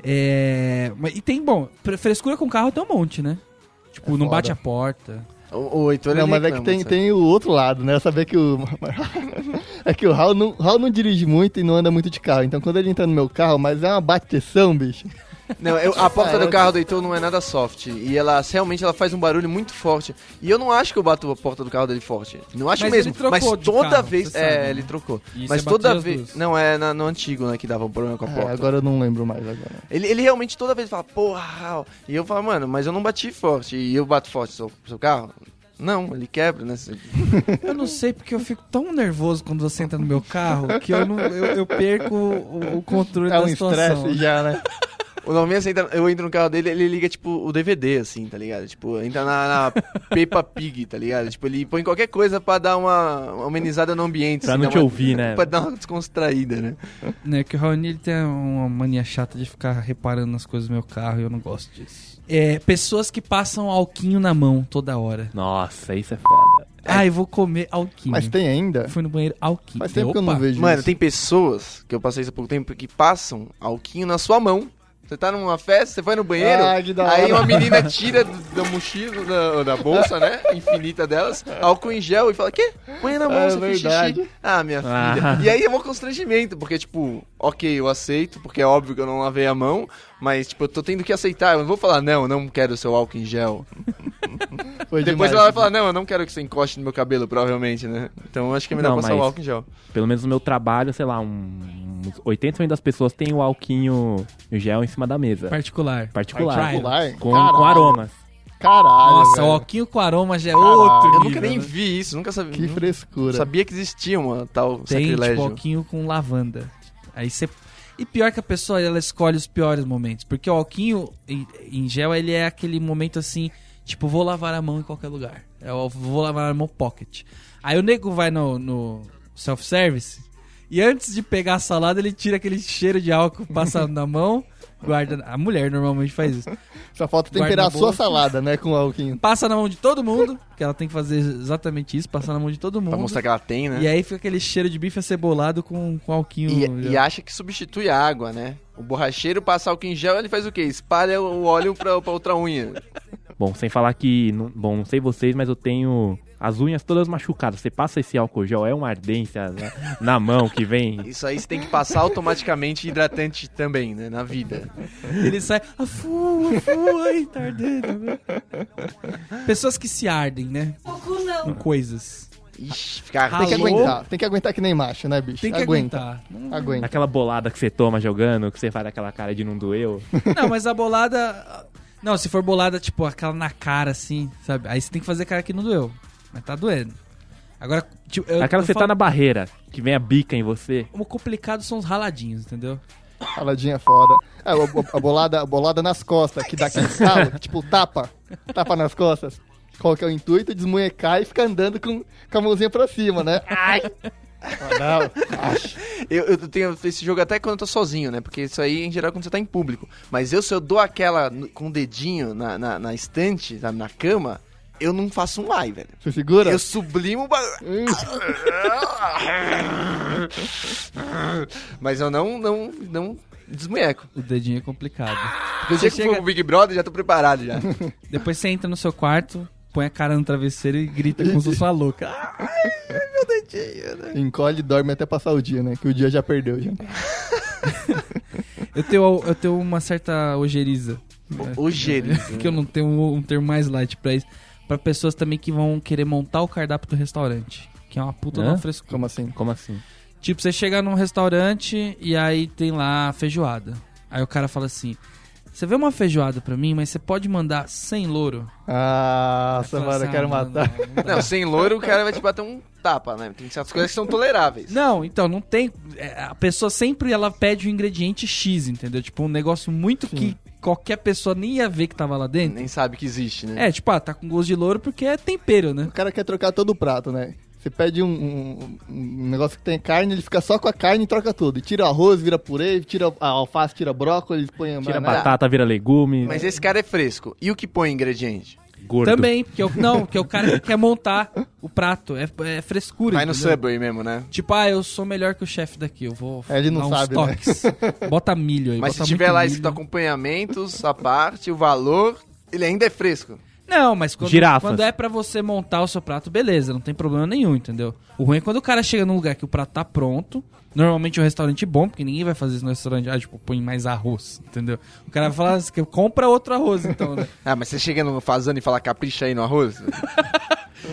Speaker 2: É. mas- E tem, bom, pre- frescura com carro tem um monte, né? Tipo, não
Speaker 6: foda.
Speaker 2: bate a porta.
Speaker 4: O, o Heitor,
Speaker 6: Não,
Speaker 4: ele
Speaker 6: mas é que
Speaker 4: reclama,
Speaker 6: tem,
Speaker 4: sabe?
Speaker 6: tem o outro lado, né? Saber que o. é que o Raul não, Raul não dirige muito e não anda muito de carro. Então quando ele entra no meu carro, mas é uma bateção, bicho.
Speaker 4: Não, eu- a porta do
Speaker 6: é.
Speaker 4: carro do Heitor não é nada soft. E ela realmente ela faz um barulho muito forte. E eu não acho que eu bato a porta do carro dele forte. Não acho
Speaker 2: Mas
Speaker 4: mesmo.
Speaker 2: ele trocou
Speaker 4: mas
Speaker 2: de
Speaker 4: toda
Speaker 2: carro,
Speaker 4: vez.
Speaker 2: você
Speaker 4: É,
Speaker 2: sabe, né?
Speaker 4: ele trocou.
Speaker 2: E
Speaker 4: mas
Speaker 2: você bateu
Speaker 4: toda
Speaker 2: as
Speaker 4: vez.
Speaker 2: duas.
Speaker 4: Não, é na- no antigo, né, que dava um problema com a
Speaker 6: É,
Speaker 4: porta.
Speaker 6: agora eu não lembro mais agora.
Speaker 4: Ele, ele realmente toda vez fala, porra, Raul." e eu falo, mano, mas eu não bati forte. E eu bato forte seu, seu carro? Não, ele quebra, né? Você-
Speaker 2: Eu não sei porque eu fico tão nervoso quando você entra no meu carro que eu, não, eu, eu perco o, o controle
Speaker 6: É
Speaker 2: da
Speaker 6: um
Speaker 2: situação.
Speaker 6: estresse já, né?
Speaker 4: O Norminha, você entra- eu entro no carro dele, ele liga, tipo, o DVD, assim, tá ligado? Tipo, entra na, na Peppa Pig, tá ligado? Tipo, ele põe qualquer coisa pra dar uma, uma amenizada no ambiente.
Speaker 5: Pra
Speaker 4: assim,
Speaker 5: não
Speaker 4: dar
Speaker 5: te
Speaker 4: uma-
Speaker 5: ouvir, né?
Speaker 4: Pra dar uma descontraída, né?
Speaker 2: Né, que o Raoni ele tem uma mania chata de ficar reparando nas coisas do meu carro e eu não gosto disso. É, pessoas que passam alquinho na mão toda hora.
Speaker 5: Nossa, isso é foda.
Speaker 2: Ah, eu vou comer alquinho.
Speaker 6: Mas tem ainda.
Speaker 2: Fui no banheiro alquinho.
Speaker 6: Faz tempo que eu não
Speaker 2: Opa.
Speaker 6: vejo
Speaker 4: Mano,
Speaker 6: isso.
Speaker 4: tem pessoas, que eu passei isso há pouco tempo, que passam alquinho na sua mão. Você tá numa festa, você vai no banheiro,
Speaker 6: Ah, que da
Speaker 4: aí
Speaker 6: hora.
Speaker 4: uma menina tira do- da mochila, da, da bolsa, né? Infinita delas, álcool em gel e fala, quê? Põe na mão,
Speaker 6: É
Speaker 4: você fez xixi.
Speaker 6: verdade.
Speaker 4: Ah, minha filha.
Speaker 5: Ah.
Speaker 4: E aí é um constrangimento, porque, tipo, ok, eu aceito, porque é óbvio que eu não lavei a mão, mas, tipo, eu tô tendo que aceitar. Eu não vou falar, não, eu não quero o seu álcool em gel. Depois
Speaker 6: Foi É demais.
Speaker 4: ela vai falar, não, eu não quero que você encoste no meu cabelo, provavelmente, né? Então eu acho que é melhor
Speaker 5: Não,
Speaker 4: passar o
Speaker 5: mas-
Speaker 4: álcool em gel.
Speaker 5: Pelo menos no meu trabalho, sei lá, um- uns 80% das pessoas tem o alquinho em gel em cima da mesa.
Speaker 2: Particular.
Speaker 5: Particular.
Speaker 6: Particular?
Speaker 5: Com,
Speaker 6: Caralho.
Speaker 5: com aromas.
Speaker 6: Caralho.
Speaker 2: Nossa,
Speaker 6: velho.
Speaker 2: o alquinho com aroma já é
Speaker 6: Caralho,
Speaker 2: outro
Speaker 4: Eu
Speaker 2: nível.
Speaker 4: nunca nem
Speaker 2: né?
Speaker 4: vi isso, nunca sabia.
Speaker 6: Que
Speaker 4: nunca-
Speaker 6: frescura.
Speaker 4: Sabia que existia uma
Speaker 2: Tem,
Speaker 4: tal
Speaker 2: tipo,
Speaker 4: sacrilégio.
Speaker 2: alquinho com lavanda. Aí você... E pior que a pessoa, ela escolhe os piores momentos. Porque o alquinho em, em gel, ele é aquele momento assim, tipo, vou lavar a mão em qualquer lugar. Eu vou lavar a mão pocket. Aí o nego vai no, no self-service e antes de pegar a salada, ele tira aquele cheiro de álcool passado na mão, guarda... A mulher normalmente faz isso.
Speaker 6: Só falta temperar a
Speaker 2: Guarda
Speaker 6: sua
Speaker 2: bolsa.
Speaker 6: salada, né? Com alquinho.
Speaker 2: Passa na mão de todo mundo, que ela tem que fazer exatamente isso, passar na mão de todo mundo.
Speaker 4: Pra mostrar que ela tem, né?
Speaker 2: um E é um aí fica aquele cheiro de bife acebolado com, com alquinho.
Speaker 4: E, e acha que substitui a água, né? O borracheiro passa álcool em gel, ele faz o quê? Espalha o óleo pra, pra outra unha.
Speaker 5: Bom, sem falar que. não- Bom, não sei vocês, mas eu tenho as unhas todas machucadas. Você passa esse álcool gel, é uma ardência na, na mão que vem.
Speaker 4: Isso aí você tem que passar automaticamente hidratante também, né? Na vida.
Speaker 2: Ele sai, afu, afu, ai, tá ardendo. né? Pessoas que se ardem, né?
Speaker 7: Socorro não.
Speaker 2: Com coisas.
Speaker 4: Ixi, fica
Speaker 6: Tem que
Speaker 2: Alô?
Speaker 6: aguentar. Tem que aguentar que nem macho, né, bicho?
Speaker 2: Tem que
Speaker 6: Aguenta.
Speaker 2: aguentar. Não-
Speaker 6: Aguenta.
Speaker 5: Aquela bolada que você toma jogando, que você faz aquela cara de não doeu.
Speaker 2: Não, mas a bolada. Não, se for bolada, tipo, aquela na cara assim, sabe? Aí você tem que fazer cara que não doeu. Mas tá doendo. Agora, tipo, eu,
Speaker 5: Aquela
Speaker 2: eu
Speaker 5: que você tá
Speaker 2: falo-
Speaker 5: na barreira, que vem a bica em você.
Speaker 2: O complicado são os raladinhos, entendeu?
Speaker 6: Raladinha é foda. Ah, o- o- a, bolada, a bolada nas costas, que dá aquele estalo, que tipo tapa. Tapa nas costas. Qual que é o intuito? Desmunhecar e ficar andando com, com a mãozinha pra cima, né? Ai! Ah, não.
Speaker 4: Eu, eu tenho esse jogo até quando eu tô sozinho, né? Porque isso aí, em geral, é quando você tá em público. Mas eu, se eu dou aquela no- com o dedinho na, na, na estante, sabe, na cama, eu não faço um ai, velho.
Speaker 6: Você segura?
Speaker 4: Eu sublimo o bagulho.
Speaker 6: Hum,
Speaker 4: Mas eu não, não, não desmunheco.
Speaker 2: O dedinho é complicado.
Speaker 4: Porque o dia que
Speaker 2: chega-
Speaker 4: for pro Big Brother, já tô preparado já.
Speaker 2: Depois você entra no seu quarto, põe a cara no travesseiro e grita como se fosse uma louca. Ah,
Speaker 6: Encolhe e dorme até passar o dia, né? Que o dia já perdeu, já.
Speaker 2: Eu tenho, eu tenho uma certa ojeriza.
Speaker 4: Ojeriza.
Speaker 2: que eu não tenho um, um termo mais light pra isso. Pra pessoas também que vão querer montar o cardápio do restaurante. Que é uma puta
Speaker 5: Hã?
Speaker 2: não frescura.
Speaker 6: Como assim?
Speaker 5: Como assim?
Speaker 2: Tipo, você chega num restaurante e aí tem lá feijoada. Aí o cara fala assim: Você vê uma feijoada pra mim, mas você pode mandar sem louro?
Speaker 6: Ah,
Speaker 2: Aí fala
Speaker 6: Samara,
Speaker 2: assim,
Speaker 6: eu quero
Speaker 2: "Ah, não,
Speaker 6: matar.
Speaker 2: Não, não, dá."
Speaker 4: Não, sem loiro o cara vai te bater um tapa, né? Tem certas coisas que são toleráveis.
Speaker 2: Não, então, não tem. é, A pessoa sempre ela pede o ingrediente X, entendeu? Tipo, um negócio muito que qualquer pessoa nem ia ver que tava lá dentro.
Speaker 4: Nem sabe que existe, né?
Speaker 2: É, tipo, ah, tá com gosto de louro porque é tempero, né?
Speaker 6: O cara quer trocar todo o prato, né? Você pede um, um- um negócio que tem carne, ele fica só com a carne e troca tudo. E tira o arroz, vira purê, tira a alface, tira brócolis, põe a
Speaker 5: Tira
Speaker 6: banana.
Speaker 5: batata, vira legume,
Speaker 4: Mas esse cara é fresco. E o que põe ingrediente?
Speaker 5: gordo.
Speaker 2: Também, porque eu, não, porque é o cara quer montar o prato. É, é frescura.
Speaker 4: Vai no
Speaker 2: entendeu?
Speaker 4: Subway mesmo, né?
Speaker 2: Tipo, ah, eu sou melhor que o chefe daqui, eu vou
Speaker 6: É, ele não
Speaker 2: dar
Speaker 6: sabe, né?
Speaker 2: toques. Bota milho aí,
Speaker 4: Mas se
Speaker 2: bota
Speaker 4: tiver
Speaker 2: muito
Speaker 4: lá
Speaker 2: milho.
Speaker 4: esses acompanhamentos, a parte, o valor, ele ainda é fresco.
Speaker 2: Não, mas quando,
Speaker 5: Girafas.
Speaker 2: quando é pra você montar o seu prato, beleza, não tem problema nenhum, entendeu? O ruim é quando o cara chega num lugar que o prato tá pronto, normalmente é um restaurante bom, porque ninguém vai fazer isso no restaurante, ah, tipo, põe mais arroz, entendeu? O cara vai falar, assim, compra outro arroz, então, né?
Speaker 4: Ah, mas você chega no fazano e fala capricha aí no arroz?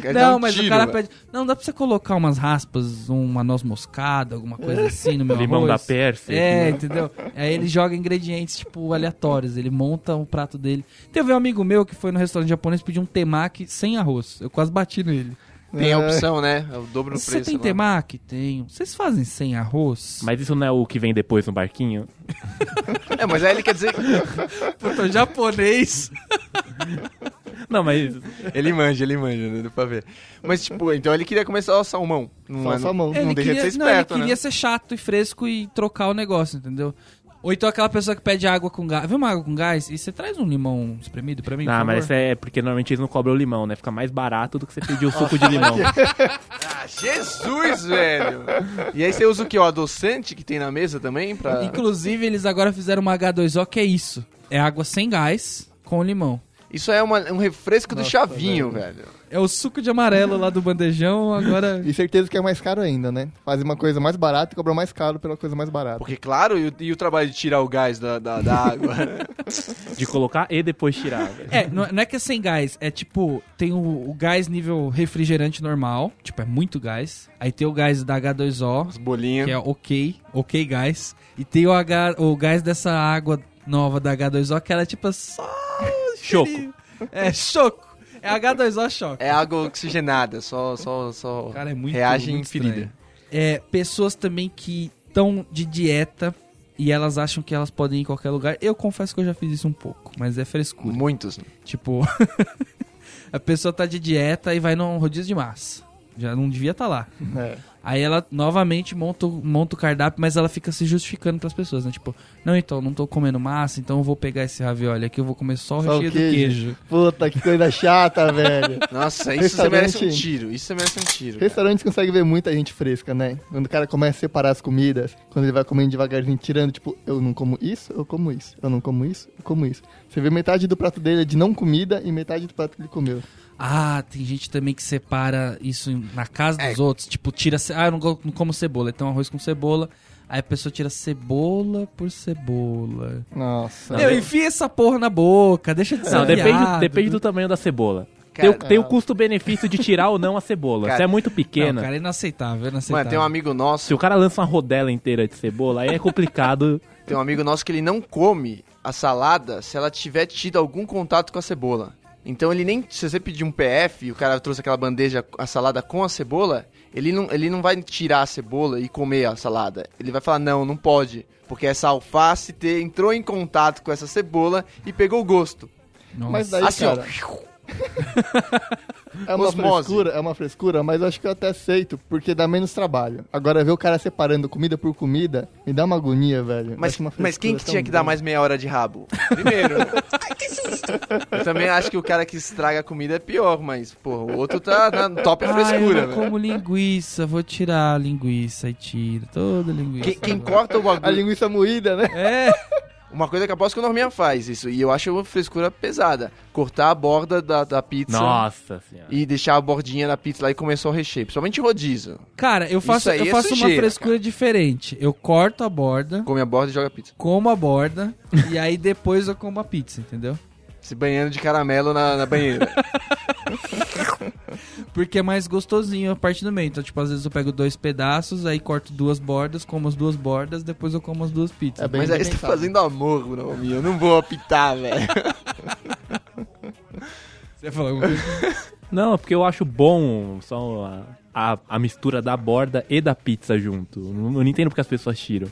Speaker 4: Quer dar
Speaker 2: Não,
Speaker 4: um
Speaker 2: mas
Speaker 4: tiro,
Speaker 2: o cara
Speaker 4: velho.
Speaker 2: pede. Não, dá pra você colocar umas raspas, uma noz moscada, alguma coisa assim no meu
Speaker 5: Limão
Speaker 2: arroz.
Speaker 5: da né? Pérsia.
Speaker 2: É, entendeu? Aí ele joga ingredientes, tipo, aleatórios. Ele monta um prato dele. Teve um amigo meu que foi no restaurante japonês e pediu um temaki sem arroz. Eu quase bati nele.
Speaker 4: Tem a opção, né? É o dobro do
Speaker 2: Você
Speaker 4: preço.
Speaker 2: tem
Speaker 4: lá.
Speaker 2: temaki? Tenho. Vocês fazem sem arroz?
Speaker 5: Mas isso não é o que vem depois no barquinho?
Speaker 4: É, mas aí ele quer dizer.
Speaker 2: Puta, japonês.
Speaker 5: Não, mas
Speaker 4: ele manja, ele manja, né? Deu pra ver. Mas, tipo, então ele queria começar o salmão. Não,
Speaker 6: Só
Speaker 4: é-
Speaker 6: salmão.
Speaker 4: Não,
Speaker 2: Ele
Speaker 4: não deixa
Speaker 2: queria,
Speaker 4: de ser
Speaker 2: não, ele
Speaker 4: esperto,
Speaker 2: queria
Speaker 4: né?
Speaker 2: ser chato e fresco e trocar o negócio, entendeu? Ou então aquela pessoa que pede água com gás. Viu uma água com gás? E você traz um limão espremido pra mim? por
Speaker 5: Ah,
Speaker 2: favor?
Speaker 5: mas isso é porque normalmente eles não cobram o limão, né? Fica mais barato do que você pedir o suco de limão.
Speaker 4: Ah, Jesus, velho! E aí você usa o que? O adoçante que tem na mesa também? Pra...
Speaker 2: Inclusive, eles agora fizeram uma H2O que é isso. É água sem gás com limão.
Speaker 4: Isso é uma- um refresco do chavinho, velho.
Speaker 2: É o suco de amarelo lá do bandejão, agora.
Speaker 6: E certeza que é mais caro ainda, né? Faz uma coisa mais barata e cobra mais caro pela coisa mais barata.
Speaker 4: Porque, claro, e o, e o trabalho de tirar o gás da, da, da água?
Speaker 5: De colocar e depois tirar. velho.
Speaker 2: É, não é não é que é sem gás, é tipo, tem o, o gás nível refrigerante normal, tipo, é muito gás. Aí tem o gás da H2O,
Speaker 4: Os bolinhos.
Speaker 2: que é ok, ok gás. E tem o, H, o gás dessa água nova da H2O, que ela é tipo só.
Speaker 5: Choco.
Speaker 2: É, choco. É H2O choco.
Speaker 4: É água oxigenada, só, só, só
Speaker 2: Cara, é muito-
Speaker 4: reage
Speaker 2: muito
Speaker 4: em ferida.
Speaker 2: estranho. é, pessoas também que estão de dieta e elas acham que elas podem ir em qualquer lugar. Eu confesso que eu já fiz isso um pouco, mas é frescura.
Speaker 4: Muitos.
Speaker 2: Tipo, a pessoa tá de dieta e vai num rodízio de massa. Já não devia estar lá.
Speaker 6: É.
Speaker 2: Aí ela novamente monta, o- monta o cardápio, mas ela fica se justificando pras pessoas, né? Tipo, não, então, não tô comendo massa, então eu vou pegar esse ravioli aqui, eu vou comer só o
Speaker 6: Só o
Speaker 2: recheio do
Speaker 6: queijo.
Speaker 2: queijo.
Speaker 6: Puta, que coisa chata, velho.
Speaker 4: Nossa, isso você merece um
Speaker 6: Restaurante-
Speaker 4: tiro. Isso você merece um tiro. cara.
Speaker 6: Restaurantes conseguem ver muita gente fresca, né? Quando o cara começa a separar as comidas, quando ele vai comendo devagarzinho, tirando, tipo, eu não como isso, eu como isso, eu não como isso, eu como isso. Você vê metade do prato dele é de não comida e metade do prato que ele comeu.
Speaker 2: Ah, tem gente também que separa isso em- na casa
Speaker 6: É.
Speaker 2: dos outros. Tipo, tira. ce- Ah, eu não, go- não como cebola. Então, arroz com cebola. Aí a pessoa tira cebola por cebola.
Speaker 6: Nossa.
Speaker 2: Meu, enfia essa porra na boca. Deixa de ser.
Speaker 5: Não, depende,
Speaker 2: viado.
Speaker 5: depende do tamanho da cebola.
Speaker 4: Cara,
Speaker 5: tem, o, tem o custo-benefício de tirar ou não a cebola.
Speaker 4: Cara,
Speaker 5: Se é muito
Speaker 2: Não,
Speaker 5: pequena,
Speaker 2: cara, é inaceitável. É inaceitável.
Speaker 4: Mano, tem um amigo
Speaker 5: se
Speaker 4: nosso,
Speaker 5: o cara lança uma rodela inteira de cebola, aí é complicado.
Speaker 4: tem um amigo nosso que ele não come a salada se ela tiver tido algum contato com a cebola. Então ele nem. Se você pedir um PF e o cara trouxe aquela bandeja, a salada com a cebola, ele não, ele não vai tirar a cebola e comer a salada. Ele vai falar, não, não pode. Porque essa alface te- entrou em contato com essa cebola e pegou o gosto.
Speaker 6: Mas daí,
Speaker 4: assim,
Speaker 6: cara,
Speaker 4: ó.
Speaker 6: é uma
Speaker 4: osmose.
Speaker 6: frescura, é uma frescura, mas eu acho que eu até aceito, porque dá menos trabalho. Agora, ver o cara separando comida por comida, me dá uma agonia, velho.
Speaker 4: Mas,
Speaker 6: Acho uma
Speaker 4: mas quem que
Speaker 6: frescura
Speaker 4: tinha
Speaker 6: tão
Speaker 4: que dar
Speaker 6: grande.
Speaker 4: mais meia hora de rabo? Primeiro. Eu também acho que o cara que estraga a comida é pior, mas, pô, o outro tá na top frescura.
Speaker 2: eu não
Speaker 4: velho.
Speaker 2: como linguiça, vou tirar a linguiça e tiro toda a linguiça.
Speaker 4: Quem, quem corta o
Speaker 6: A
Speaker 4: bagulho.
Speaker 6: linguiça moída, né?
Speaker 2: É,
Speaker 4: Uma coisa que eu aposto que o Norminha faz isso, e eu acho uma frescura pesada. Cortar a borda da, da pizza
Speaker 5: Nossa senhora.
Speaker 4: e deixar a bordinha na pizza lá e comer só o recheio. Principalmente rodízio.
Speaker 2: cara, eu faço,
Speaker 4: Isso aí
Speaker 2: eu
Speaker 4: é
Speaker 2: faço uma
Speaker 4: sujeira,
Speaker 2: frescura diferente. Eu corto a borda,
Speaker 4: Come a borda e joga a pizza.
Speaker 2: como a borda, e aí depois eu como a pizza, entendeu?
Speaker 4: Se banhando de caramelo na, na banheira.
Speaker 2: Porque é mais gostosinho a parte do meio. Então, tipo, às vezes eu pego dois pedaços, aí corto duas bordas, como as duas bordas, depois eu como as duas pizzas.
Speaker 6: É bem-
Speaker 4: Mas aí você tá
Speaker 6: pensado.
Speaker 4: fazendo amor, Norminha. Eu não vou apitar, velho.
Speaker 2: Você falou alguma coisa?
Speaker 5: Não, porque eu acho bom só a, a, a mistura da borda e da pizza junto. Eu não entendo porque as pessoas tiram.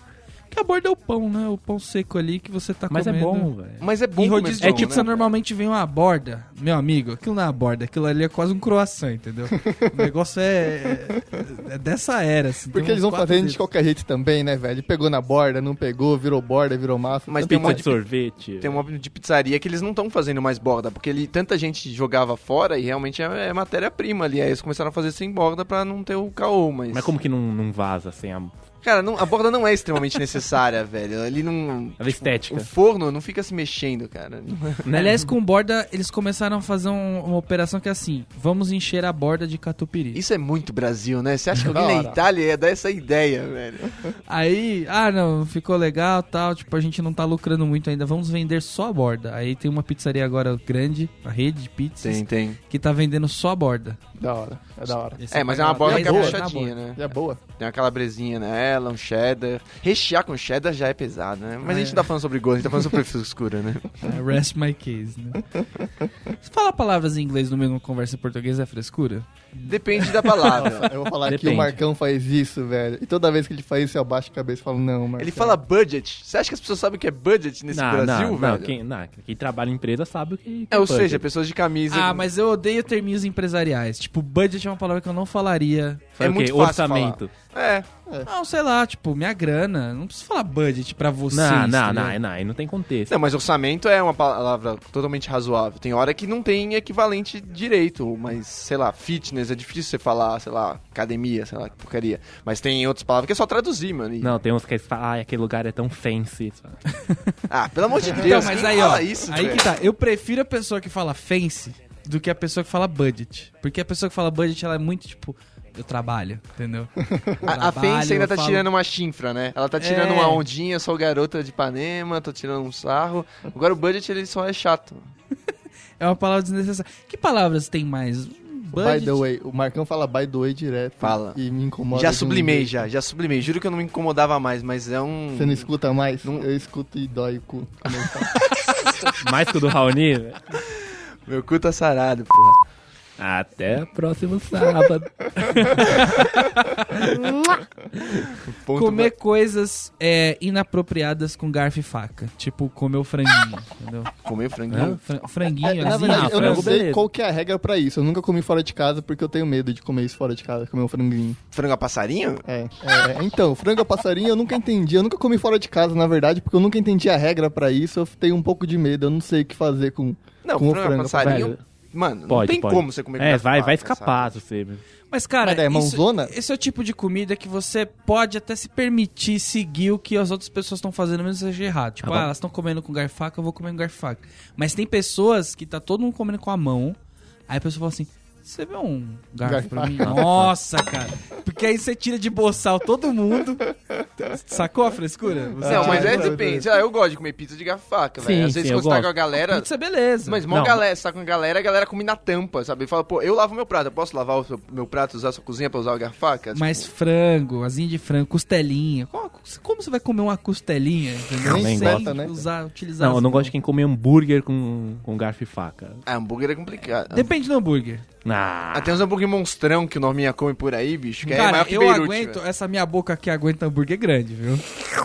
Speaker 2: Porque a borda é o pão, né? O pão seco ali que você tá
Speaker 5: Mas é
Speaker 2: comendo.
Speaker 5: bom, velho.
Speaker 4: Mas é bom
Speaker 2: em
Speaker 4: comer
Speaker 2: rodízio de
Speaker 4: pão,
Speaker 2: pizza normalmente vem uma borda, meu amigo, aquilo não é uma borda, aquilo ali é quase um croissant, entendeu? o negócio é, é, é dessa era, assim.
Speaker 6: Porque
Speaker 2: tem
Speaker 6: eles
Speaker 2: uns
Speaker 6: vão
Speaker 2: quatro
Speaker 6: fazendo de
Speaker 2: dedos.
Speaker 6: qualquer jeito também, né, velho? Pegou na borda, não pegou, virou borda, virou massa.
Speaker 4: Mas tem um
Speaker 5: Pizza
Speaker 4: monte
Speaker 5: de
Speaker 4: de
Speaker 5: sorvete.
Speaker 4: Tem uma de pizzaria que eles não estão fazendo mais borda, porque ele, tanta gente jogava fora e realmente é, é matéria-prima ali. Aí eles começaram a fazer sem borda pra não ter o caô, mas...
Speaker 5: Mas como que não, não vaza sem a,
Speaker 4: Cara, não- a borda não é extremamente necessária, velho. Ele não...
Speaker 5: a é estética?
Speaker 4: O forno não fica se mexendo, cara.
Speaker 5: né?
Speaker 2: Aliás, com borda, eles começaram a fazer um- uma operação que é assim, vamos encher a borda de catupiry.
Speaker 4: Isso é muito Brasil, né? Você acha que
Speaker 6: Da
Speaker 4: alguém na
Speaker 6: hora.
Speaker 4: Itália ia dar essa ideia, velho?
Speaker 2: Aí, ah não, ficou legal tal, tipo, a gente não tá lucrando muito ainda, vamos vender só a borda. Aí tem uma pizzaria agora grande, a rede de pizzas,
Speaker 4: tem.
Speaker 2: que tá vendendo só a borda.
Speaker 6: Da hora, é da hora.
Speaker 2: Esse
Speaker 4: É, mas é uma
Speaker 2: barato.
Speaker 4: borda
Speaker 2: E
Speaker 4: que é
Speaker 2: aí,
Speaker 6: boa.
Speaker 4: puxadinha, né?
Speaker 6: E é boa.
Speaker 4: Tem uma calabresinha nela, um cheddar. Rechear com cheddar já é pesado, né? Mas a gente
Speaker 2: É.
Speaker 4: tá falando sobre gosto, a gente tá falando sobre frescura, né?
Speaker 2: É, Rest my case, né? Se falar palavras em inglês no meio de uma conversa em português é frescura?
Speaker 4: Depende da palavra.
Speaker 6: Ah, Eu vou falar que
Speaker 5: Depende.
Speaker 6: o Marcão faz isso, velho. E toda vez que ele faz isso, eu abaixo a cabeça e falo, não, Marcão.
Speaker 4: Ele fala budget. Você acha que as pessoas sabem o que é budget nesse
Speaker 5: Não,
Speaker 4: Brasil,
Speaker 5: não, não,
Speaker 4: velho?
Speaker 5: quem, não, quem trabalha em empresa sabe o que. que
Speaker 4: É, ou
Speaker 5: budget.
Speaker 4: seja, pessoas de camisa.
Speaker 2: Ah, mas eu odeio termos empresariais. Tipo, budget é uma palavra que eu não falaria.
Speaker 5: Sabe
Speaker 4: é
Speaker 5: o quê?
Speaker 4: muito fácil
Speaker 5: Orçamento.
Speaker 4: É.
Speaker 2: Não, sei lá, tipo, minha grana. Não preciso falar budget pra vocês.
Speaker 5: Não,
Speaker 2: tá
Speaker 5: não,
Speaker 2: ligado?
Speaker 5: não, não, aí não tem contexto.
Speaker 4: né? Não, mas orçamento é uma palavra totalmente razoável. Tem hora que não tem equivalente direito, mas, sei lá, fitness é difícil você falar, sei lá, academia, sei lá, que porcaria. Mas tem outras palavras que é só traduzir, mano. E-
Speaker 5: Não, tem uns que falam, ai, aquele lugar é tão fancy.
Speaker 4: Ah, pelo amor de Deus.
Speaker 2: Então, mas
Speaker 4: quem
Speaker 2: aí, ó.
Speaker 4: fala isso,
Speaker 2: aí
Speaker 4: velho?
Speaker 2: que tá. Eu prefiro a pessoa que fala fancy do que a pessoa que fala budget. Porque a pessoa que fala budget, ela é muito, tipo, eu trabalho, entendeu? Eu
Speaker 4: A, a Fence
Speaker 2: trabalho,
Speaker 4: ainda
Speaker 2: eu
Speaker 4: tá
Speaker 2: falo-
Speaker 4: tirando uma chinfra, né? Ela tá tirando
Speaker 2: É.
Speaker 4: uma ondinha, sou garota de Ipanema, tô tirando um sarro. Agora o budget ele só é chato.
Speaker 2: É uma palavra desnecessária. Que palavras tem mais? Budget.
Speaker 6: By the way, o Marcão fala by the way direto.
Speaker 4: Fala.
Speaker 6: E me incomoda.
Speaker 4: Já
Speaker 6: de um
Speaker 4: sublimei,
Speaker 6: jeito.
Speaker 4: já, já sublimei. Juro que eu não me incomodava mais, mas é um.
Speaker 6: Você não escuta mais?
Speaker 4: Não-
Speaker 6: Eu escuto e dói o cu. Como eu falo.
Speaker 5: Mais que o do Raoni.
Speaker 4: Meu cu tá sarado, porra.
Speaker 5: Até próximo sábado.
Speaker 4: Ponto
Speaker 2: comer coisas é, inapropriadas com garfo e faca. Tipo, comer o franguinho, entendeu?
Speaker 4: pra- Comer
Speaker 6: É?
Speaker 4: franguinho.
Speaker 2: Fran- Franguinho,
Speaker 4: Assim,
Speaker 2: assim,
Speaker 6: Na
Speaker 2: asinha,
Speaker 6: verdade, É, eu não
Speaker 5: frango,
Speaker 6: sei
Speaker 5: beleza.
Speaker 6: qual que é a regra pra isso. Eu nunca comi fora de casa porque eu tenho medo de comer isso fora de casa, comer um franguinho.
Speaker 4: Frango a passarinho?
Speaker 6: É, é, então, frango a passarinho eu nunca entendi. Eu nunca comi fora de casa, na verdade, porque eu nunca entendi a regra pra isso. Eu tenho um pouco de medo, eu não sei o que fazer com,
Speaker 4: Não,
Speaker 6: com o
Speaker 4: frango, a
Speaker 6: frango.
Speaker 4: passarinho.
Speaker 5: velho.
Speaker 4: Mano,
Speaker 5: Pode,
Speaker 4: não tem
Speaker 5: pode.
Speaker 4: como você comer
Speaker 5: É,
Speaker 4: frango a
Speaker 5: vai, vai
Speaker 4: faca,
Speaker 5: escapar
Speaker 4: sabe?
Speaker 5: se você.
Speaker 2: Mas, cara,
Speaker 6: Mas é mãozona?
Speaker 2: Isso, esse é o tipo de comida que você pode até se permitir seguir o que as outras pessoas estão fazendo, mesmo que seja errado. Tipo,
Speaker 5: Tá
Speaker 2: ah,
Speaker 5: bom.
Speaker 2: elas estão comendo com garfo e faca, eu vou comer com garfo e faca. Mas tem pessoas que tá todo mundo comendo com a mão, aí a pessoa fala assim. Você vê um garfo,
Speaker 6: Garfo e
Speaker 2: pra mim? Nossa, cara. Porque aí você tira de boçal todo mundo. Sacou a frescura? Você
Speaker 4: Não,
Speaker 6: Ah,
Speaker 4: mas
Speaker 2: tira-
Speaker 4: é
Speaker 6: não,
Speaker 4: depende. Sei lá, eu gosto de comer pizza de garfo e faca,
Speaker 5: Sim,
Speaker 4: velho. Às vezes
Speaker 5: sim, eu
Speaker 4: quando você tá
Speaker 5: gosto.
Speaker 4: com a galera.
Speaker 2: Pizza, beleza.
Speaker 4: Mas mó
Speaker 5: Não.
Speaker 4: galera, você tá com a galera, a galera come na tampa, sabe? Fala, pô, eu lavo meu prato, eu posso É, Tipo, lavar o seu- meu prato, usar a sua cozinha pra usar o garfo e faca?
Speaker 2: Mas frango, asinha de frango, costelinha. Qual, Como você vai comer uma costelinha, entendeu?
Speaker 5: Nem
Speaker 2: Sem
Speaker 5: gosta,
Speaker 6: né?
Speaker 2: usar, utilizar assim,
Speaker 5: Não, eu
Speaker 2: as
Speaker 5: não gosto
Speaker 2: mãos.
Speaker 5: de quem come hambúrguer com, com garfo e faca.
Speaker 4: Ah, hambúrguer é complicado.
Speaker 2: Depende do hambúrguer.
Speaker 5: Ah,
Speaker 4: Ah, tem uns hambúrguer monstrão que o Norminha come por aí, bicho, que é
Speaker 2: Cara,
Speaker 4: maior que
Speaker 2: eu
Speaker 4: Beirute,
Speaker 2: aguento,
Speaker 4: velho.
Speaker 2: essa minha boca aqui aguenta hambúrguer grande, viu?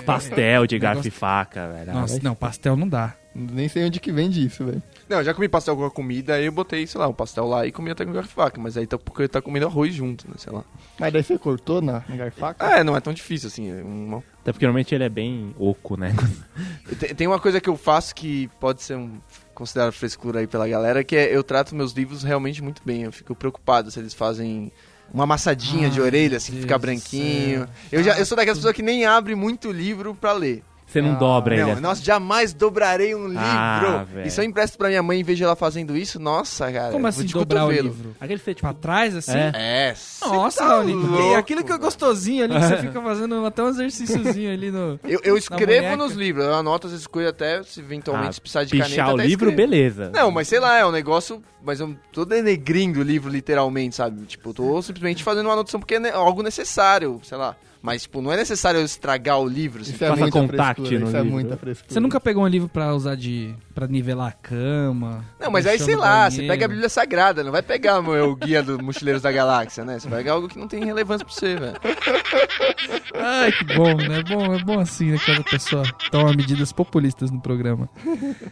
Speaker 5: pastel de garfo e faca, velho.
Speaker 2: Nossa, não, pastel não dá.
Speaker 6: Nem sei onde que vende isso, velho.
Speaker 4: Não, eu já comi pastel com a comida, aí eu botei, sei lá, um pastel lá e comi até com garfo e faca, mas aí tá porque tá comendo arroz junto, né, sei lá.
Speaker 6: Mas daí você cortou na, na garfaca?
Speaker 4: Ah, é, não é tão difícil assim, é uma
Speaker 5: Até porque normalmente ele é bem oco, né?
Speaker 4: Tem tem uma coisa que eu faço que pode ser um, considerada frescura aí pela galera, que é eu trato meus livros realmente muito bem. Eu fico preocupado se eles fazem uma amassadinha de orelha, assim,
Speaker 2: Deus
Speaker 4: ficar
Speaker 2: do
Speaker 4: branquinho. Eu, já, eu sou daquelas pessoas que nem abre muito livro pra ler.
Speaker 5: Você não
Speaker 6: Ah,
Speaker 5: dobra ele. é assim.
Speaker 4: Não, nossa, jamais dobrarei um livro.
Speaker 5: Ah, velho.
Speaker 4: e se eu empresto pra minha mãe e vejo ela fazendo isso, nossa, cara.
Speaker 2: Como
Speaker 4: vou
Speaker 2: assim
Speaker 4: de
Speaker 2: dobrar o
Speaker 4: cotovelo.
Speaker 2: livro?
Speaker 5: Aquele que você, tipo,
Speaker 2: Pra trás, assim?
Speaker 5: É.
Speaker 4: É,
Speaker 2: Nossa, um
Speaker 4: cê tá
Speaker 2: Raoni,
Speaker 4: louco,
Speaker 2: aquilo que é
Speaker 4: velho.
Speaker 2: gostosinho ali, que você fica fazendo até um exercíciozinho ali no...
Speaker 4: Eu, eu escrevo
Speaker 2: boneca.
Speaker 4: nos livros, eu anoto essas coisas até, se eventualmente
Speaker 5: Ah,
Speaker 4: se precisar de caneta,
Speaker 5: pichar o
Speaker 4: até
Speaker 5: livro,
Speaker 4: escrevo.
Speaker 5: beleza.
Speaker 4: Não, mas sei lá, é um negócio. Mas eu tô denegrindo o livro, literalmente, sabe? Tipo, eu tô simplesmente fazendo uma anotação porque é ne- algo necessário, sei lá. Mas, tipo, não é necessário eu estragar o livro. Assim.
Speaker 6: Isso é
Speaker 5: Faça
Speaker 6: muita
Speaker 5: contact
Speaker 6: frescura,
Speaker 5: no
Speaker 6: isso é
Speaker 5: livro.
Speaker 6: muita frescura.
Speaker 2: Você nunca pegou um livro pra usar de... pra nivelar a cama?
Speaker 4: Não, mas aí,
Speaker 2: deixar
Speaker 4: sei
Speaker 2: no
Speaker 4: lá, você
Speaker 2: banheiro?
Speaker 4: pega a Bíblia Sagrada, não vai pegar meu, o guia do Mochileiros da Galáxia, né? Você vai pegar algo que não tem relevância pra você, velho.
Speaker 2: Ai, que bom, né? É bom, é bom assim, né? Cada pessoa toma medidas populistas no programa.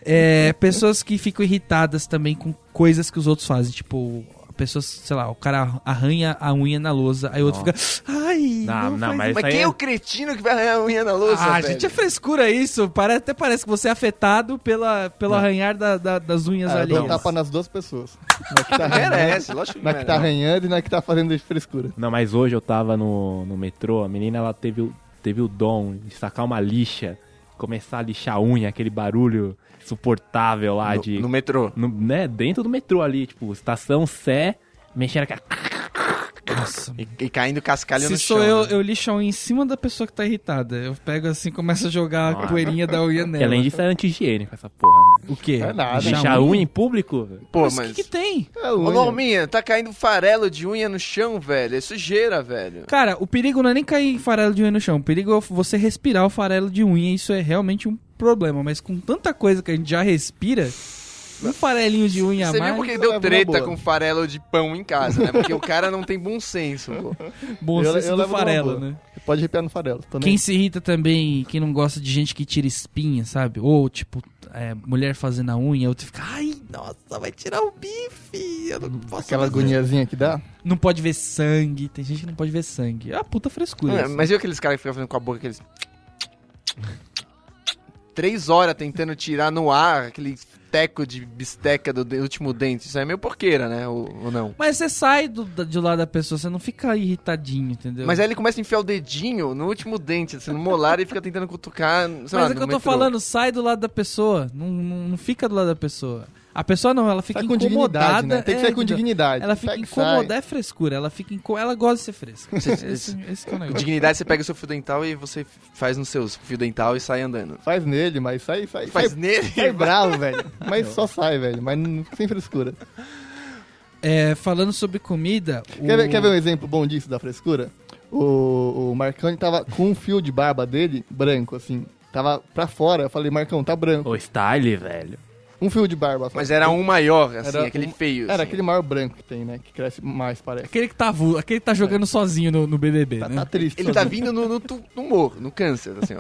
Speaker 2: É, pessoas que ficam irritadas também com coisas que os outros fazem. Tipo, pessoas, sei lá, o cara arranha a unha na lousa, aí o outro fica. Ai, não,
Speaker 5: Não, não,
Speaker 2: faz
Speaker 5: mas
Speaker 2: isso."
Speaker 4: Mas
Speaker 5: aí
Speaker 4: quem
Speaker 5: é-
Speaker 4: é o cretino que vai arranhar a unha na louça,
Speaker 2: Ah,
Speaker 4: velho?
Speaker 2: gente, é frescura isso. Pare- até parece que você é afetado pela, pelo arranhar da- da- das unhas
Speaker 6: Ah, eu
Speaker 2: ali.
Speaker 6: dou um tapa nas duas pessoas. Na que tá arranhando,
Speaker 2: né?
Speaker 4: Merece, é? lógico que né?
Speaker 6: na que tá
Speaker 4: merece.
Speaker 6: arranhando e na que tá fazendo de frescura.
Speaker 5: Não, mas hoje eu tava no, no metrô, a menina ela teve, o- teve o dom de sacar uma lixa, começar a lixar a unha, aquele barulho suportável lá de.
Speaker 4: No, no metrô.
Speaker 5: no- né, dentro do metrô ali, tipo, estação Sé, mexendo aquela.
Speaker 2: Nossa,
Speaker 4: E, e caindo cascalho
Speaker 2: Se
Speaker 4: no
Speaker 2: sou
Speaker 4: chão.
Speaker 2: eu,
Speaker 4: né?
Speaker 2: eu lixo a unha em cima da pessoa que tá irritada. Eu pego assim, começo a jogar a poeirinha da unha
Speaker 5: E
Speaker 2: nela.
Speaker 5: além
Speaker 4: tá-
Speaker 5: disso, é anti-higiênico essa porra, né?
Speaker 2: O quê?
Speaker 6: É nada.
Speaker 2: Lixar
Speaker 5: Lixar a unha em público? velho?
Speaker 4: Pô,
Speaker 2: mas o que, que tem?
Speaker 6: É
Speaker 4: Ô,
Speaker 6: unha.
Speaker 4: Norminha, tá caindo farelo de unha no chão, velho. É sujeira, velho.
Speaker 2: Cara, o perigo não é nem cair farelo de unha no chão. O perigo é você respirar o farelo de unha. Isso é realmente um problema. Mas com tanta coisa que a gente já respira, um farelinho de unha a
Speaker 4: Você
Speaker 2: mais.
Speaker 4: viu porque
Speaker 6: eu
Speaker 4: deu
Speaker 6: levo na
Speaker 4: treta
Speaker 6: boa.
Speaker 4: com farelo de pão em casa, né? Porque o cara não tem bom senso, pô.
Speaker 2: Bom,
Speaker 6: Eu-
Speaker 2: senso
Speaker 6: eu
Speaker 2: do
Speaker 6: levo numa
Speaker 2: farelo,
Speaker 6: boa.
Speaker 2: né?
Speaker 6: Você Pode arrepiar no farelo. Tô nem-
Speaker 2: Quem se irrita também, quem não gosta de gente que tira espinha, sabe? Ou, tipo, é, mulher fazendo a unha, outra fica, ai, nossa, vai tirar o bife. Eu não posso.
Speaker 6: Aquela
Speaker 2: fazer."
Speaker 6: agoniazinha que dá.
Speaker 2: Não pode ver sangue. Tem gente que não pode ver sangue. É uma puta frescura.
Speaker 4: É,
Speaker 2: isso.
Speaker 4: mas viu aqueles caras que ficam fazendo com a boca aqueles. Três horas tentando tirar no ar aquele teco de bisteca do de- último dente. Isso aí é meio porqueira, né? Ou, ou não?
Speaker 2: Mas você sai do, da- de lá da pessoa, você não fica irritadinho, entendeu?
Speaker 4: Mas aí ele começa a enfiar o dedinho no último dente, assim, no molar e fica tentando cutucar. Sei
Speaker 2: Mas
Speaker 4: lá,
Speaker 2: é
Speaker 4: no
Speaker 2: que eu tô
Speaker 4: metrô.
Speaker 2: falando, sai do lado da pessoa. Não, não, não fica do lado da pessoa. A pessoa não, ela fica
Speaker 6: Sai com
Speaker 2: incomodada.
Speaker 6: dignidade, né? Tem que
Speaker 2: é,
Speaker 6: ser com
Speaker 2: entendeu?
Speaker 6: dignidade.
Speaker 2: Ela fica
Speaker 6: Sai que
Speaker 2: incomodada,
Speaker 6: sai.
Speaker 2: é frescura. Ela fica inco... ela gosta de ser fresca.
Speaker 4: Você-
Speaker 2: esse, esse que é o negócio.
Speaker 4: Dignidade, você pega o seu fio dental e você faz no seu fio dental e sai andando.
Speaker 6: Faz nele, mas sai, sai, sai.
Speaker 4: Faz nele.
Speaker 6: Sai bravo, velho. Mas só sai, velho. Mas não- sem frescura.
Speaker 2: É, falando sobre comida. o-
Speaker 6: Quer ver, quer ver um exemplo bom disso da frescura? O, o Marconi tava com um fio de barba dele, branco, assim. Tava pra fora. Eu falei, Marcão, tá branco.
Speaker 5: O style, velho.
Speaker 6: Um fio de barba. só.
Speaker 4: Mas era um maior, assim,
Speaker 6: Era
Speaker 4: aquele
Speaker 6: um-
Speaker 4: feio.
Speaker 6: Era
Speaker 4: assim.
Speaker 6: aquele maior branco que tem, né? Que cresce mais, parece.
Speaker 2: Aquele que tá, avulso, aquele que tá jogando sozinho no, no BBB,
Speaker 6: É. Tá,
Speaker 2: né?
Speaker 6: tá triste.
Speaker 4: Ele tá
Speaker 6: sozinho.
Speaker 4: vindo no, no tu- tumor, no câncer, assim,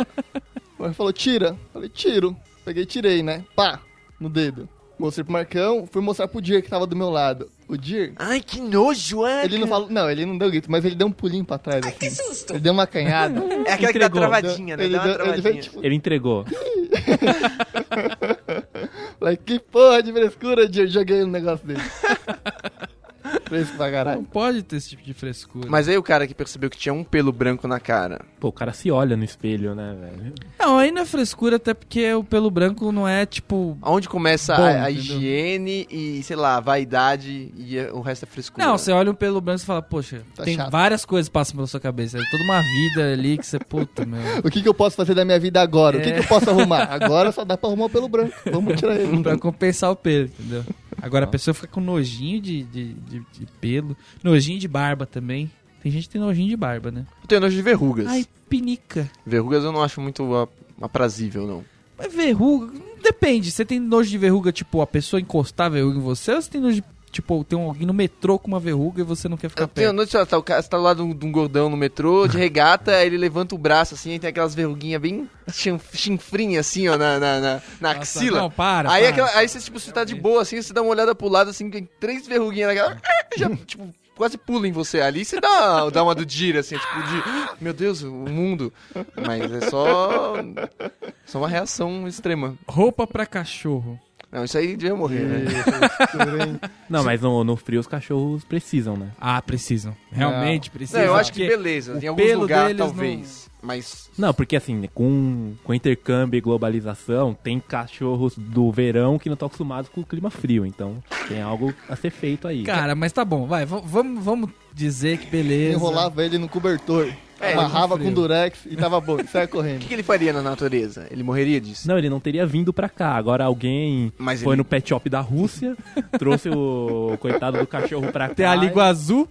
Speaker 4: ó.
Speaker 6: Ele falou, tira. Falei, tiro. Peguei e tirei, né? Pá, no dedo. Mostrei pro Marcão, fui mostrar pro Dir que tava do meu lado. O Dir,
Speaker 4: Ai, que nojo, é!
Speaker 6: ele não falou. Não, ele não deu grito, mas ele deu um pulinho pra trás. Assim. que susto! Ele deu uma canhada.
Speaker 4: É aquela
Speaker 5: Entregou.
Speaker 4: que dá travadinha, né?
Speaker 6: Ele
Speaker 4: Dá uma
Speaker 6: deu- ele
Speaker 4: travadinha.
Speaker 6: fez, tipo,
Speaker 5: Ele entregou.
Speaker 6: falei, que porra de frescura, Dir. Joguei no negócio dele. Fresco pra
Speaker 2: Não
Speaker 6: caralho.
Speaker 2: pode ter esse tipo de frescura.
Speaker 4: Mas aí o cara que percebeu que tinha um pelo branco na cara.
Speaker 5: Pô, o cara se olha no espelho, né, velho?
Speaker 2: Não, aí não é frescura, até porque o pelo branco não é tipo.
Speaker 4: Aonde começa
Speaker 2: Bom,
Speaker 4: a, a
Speaker 2: entendeu?
Speaker 4: higiene e, sei lá, a vaidade e é- o resto é frescura.
Speaker 2: Não, você olha um pelo branco e fala, poxa,
Speaker 6: Tá
Speaker 2: tem
Speaker 6: chato.
Speaker 2: várias coisas que passam pela sua cabeça. É toda uma vida ali que você, puta, meu.
Speaker 6: O que, que eu posso fazer da minha vida agora? O que,
Speaker 2: É.
Speaker 6: que eu posso arrumar? Agora só dá pra arrumar o pelo branco. Vamos tirar ele.
Speaker 2: Pra compensar o pelo, entendeu? Agora a pessoa fica com nojinho de, de, de, de pelo, nojinho de barba também. Tem gente que tem nojinho de barba, né?
Speaker 4: Eu tenho nojo de verrugas.
Speaker 2: Ai, pinica.
Speaker 4: Verrugas eu não acho muito a- aprazível, não.
Speaker 2: Mas verruga. Depende. Você tem nojo de verruga, tipo, a pessoa encostar a verruga em você, ou você tem nojo de. Tipo, tem alguém no metrô com uma verruga e você não quer ficar
Speaker 4: Eu tenho
Speaker 2: perto.
Speaker 4: nojo, sei lá, tá, o cara, você tá lá de um, de um gordão no metrô, de regata, aí ele levanta o braço assim, aí tem aquelas verruguinhas bem chanf- chinfrinha assim, ó, na, na, na, na
Speaker 2: Nossa, Ah,
Speaker 4: axila.
Speaker 2: tá. assim, Não, para.
Speaker 4: aí,
Speaker 2: para.
Speaker 4: aquela- aí você, tipo, você tá de boa assim, você dá uma olhada pro lado assim, tem três verruguinhas naquela, já, tipo, quase pula em você ali, você dá, dá uma do Dira assim, tipo, de, meu Deus, o mundo. Mas é só, só uma reação extrema.
Speaker 2: Roupa pra cachorro.
Speaker 4: Não, isso aí devia morrer, né?
Speaker 5: Não, mas no, no frio os cachorros precisam, né?
Speaker 2: Ah, precisam. Realmente precisam.
Speaker 4: Não, eu acho que
Speaker 2: porque-
Speaker 4: beleza,
Speaker 2: o
Speaker 4: em alguns
Speaker 2: pelo
Speaker 4: lugares
Speaker 2: deles não-
Speaker 4: talvez, mas...
Speaker 5: Não, porque assim, com, com intercâmbio e globalização, tem cachorros do verão que não estão acostumados com o clima frio. Então, tem algo a ser feito aí.
Speaker 2: Cara, mas tá bom, vai. v- Vamos, vamos dizer que beleza.
Speaker 6: Enrolava ele no cobertor.
Speaker 4: É,
Speaker 6: amarrava
Speaker 2: né? frio.
Speaker 6: com durex e tava bom. Sai correndo.
Speaker 4: O que ele faria na natureza? Ele morreria disso?
Speaker 5: Não, ele não teria vindo pra cá. Agora alguém
Speaker 4: Mas
Speaker 5: foi
Speaker 4: ele-
Speaker 5: no pet shop da Rússia, trouxe o coitado do cachorro pra cá.
Speaker 2: Tem a língua azul.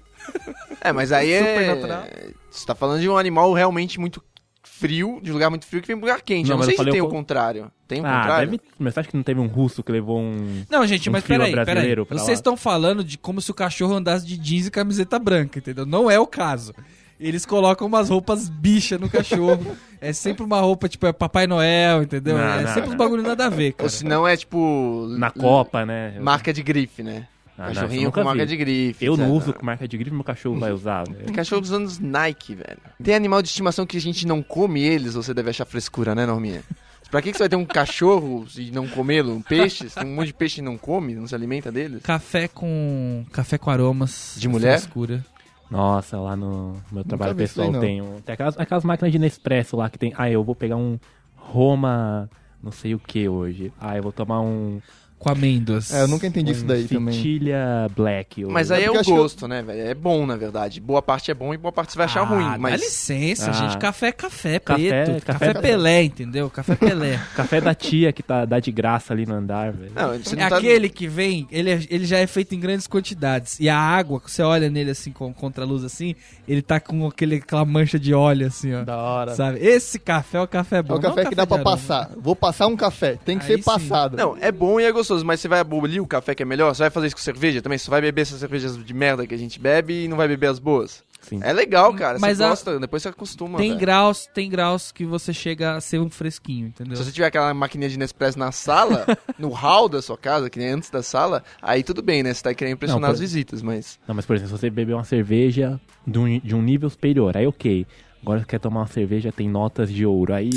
Speaker 4: É, mas aí é.
Speaker 2: Supernatural.
Speaker 4: Você tá falando de um animal realmente muito frio, de um lugar muito frio que vem pra um lugar quente.
Speaker 5: Não,
Speaker 4: eu não
Speaker 5: mas
Speaker 4: sei
Speaker 5: eu
Speaker 4: se
Speaker 5: falei
Speaker 4: tem
Speaker 5: o
Speaker 4: o
Speaker 5: con-
Speaker 4: contrário. Tem o
Speaker 5: Ah,
Speaker 4: contrário?
Speaker 5: deve... mas você acha que não teve um russo que levou um...
Speaker 2: Não, gente,
Speaker 5: Um
Speaker 2: mas
Speaker 5: frio
Speaker 2: peraí, peraí.
Speaker 5: brasileiro pra lá.
Speaker 2: Vocês estão falando de como se o cachorro andasse de jeans e camiseta branca, entendeu? Não é o caso. Eles colocam umas roupas bicha no cachorro. é sempre uma roupa, tipo, é Papai Noel, entendeu?
Speaker 5: Não,
Speaker 2: é
Speaker 5: não,
Speaker 2: sempre
Speaker 5: não.
Speaker 2: uns bagulho nada a ver,
Speaker 4: Ou
Speaker 2: cara.
Speaker 4: se não é tipo.
Speaker 5: na
Speaker 4: l-
Speaker 5: Copa, né? Eu-
Speaker 4: Marca de grife, né?
Speaker 5: Ah, não, isso eu
Speaker 4: Cachorrinho
Speaker 5: nunca
Speaker 4: com marca
Speaker 5: vi.
Speaker 4: de grife.
Speaker 5: Eu não
Speaker 4: etc.
Speaker 5: uso marca de grife, meu cachorro vai usar. né? velho.
Speaker 4: Cachorro dos anos Nike, velho. Tem animal de estimação que a gente não come eles, você deve achar frescura, né, Norminha? Pra que, que você vai ter um cachorro e não comê-lo? Um peixe? Você Tem um monte de peixe e não come, não se alimenta deles?
Speaker 2: Café com. Café com aromas.
Speaker 4: De mulher?
Speaker 2: Escura.
Speaker 5: Nossa, lá no meu trabalho
Speaker 6: vi isso aí,
Speaker 5: pessoal
Speaker 6: não.
Speaker 5: tem, um- tem aquelas, aquelas máquinas de Nespresso lá que tem. Ah, eu vou pegar um Roma não sei o que hoje. Ah, eu vou tomar um
Speaker 2: Com amêndoas.
Speaker 6: É, eu nunca entendi isso daí também.
Speaker 5: Fitilha Black. hoje.
Speaker 4: Mas aí é
Speaker 6: porque eu
Speaker 4: o
Speaker 6: acho que eu-
Speaker 4: gosto, né, velho? É bom, na verdade. Boa parte é bom e boa parte você vai achar
Speaker 2: Ah,
Speaker 4: ruim. Mas
Speaker 2: Dá licença,
Speaker 5: Ah.
Speaker 2: gente. Café é café,
Speaker 5: Café-
Speaker 2: preto. Café,
Speaker 5: café-
Speaker 2: é Pelé, entendeu? Café Pelé.
Speaker 5: Café da tia que tá, dá de graça ali no andar, velho.
Speaker 4: Não, você
Speaker 2: É
Speaker 4: não tá-
Speaker 2: aquele que vem, ele, é- ele já é feito em grandes quantidades. E a água, que você olha nele assim, com contra a luz assim, ele tá com aquele, aquela mancha de óleo assim, ó.
Speaker 6: Da hora.
Speaker 2: Sabe? Esse café é o café
Speaker 6: É
Speaker 2: bom.
Speaker 6: o café
Speaker 2: não
Speaker 6: que dá
Speaker 2: de
Speaker 6: pra
Speaker 2: aroma.
Speaker 6: passar. Vou passar um café. Tem que
Speaker 2: Aí
Speaker 6: ser
Speaker 2: sim.
Speaker 6: passado.
Speaker 4: Não, é bom e é gostoso, mas você vai abolir o café que é melhor? Você vai fazer isso com cerveja também? Você vai beber essas cervejas de merda que a gente bebe e não vai beber as boas?
Speaker 5: Sim.
Speaker 4: É legal, cara.
Speaker 2: Mas
Speaker 4: você
Speaker 2: a-
Speaker 4: gosta, depois você
Speaker 6: né?
Speaker 4: acostuma.
Speaker 2: Tem
Speaker 4: velho.
Speaker 2: graus, tem graus que você chega a ser um fresquinho, entendeu?
Speaker 4: Se você tiver aquela maquininha de Nespresso na sala, no hall da sua casa, que nem antes da sala, aí tudo bem, né? Você tá querendo impressionar
Speaker 5: Não, por-
Speaker 4: as visitas, mas.
Speaker 5: Não, mas por exemplo, se você beber uma cerveja de um, de um nível superior, aí ok. Agora você quer tomar uma cerveja, tem notas de ouro. Aí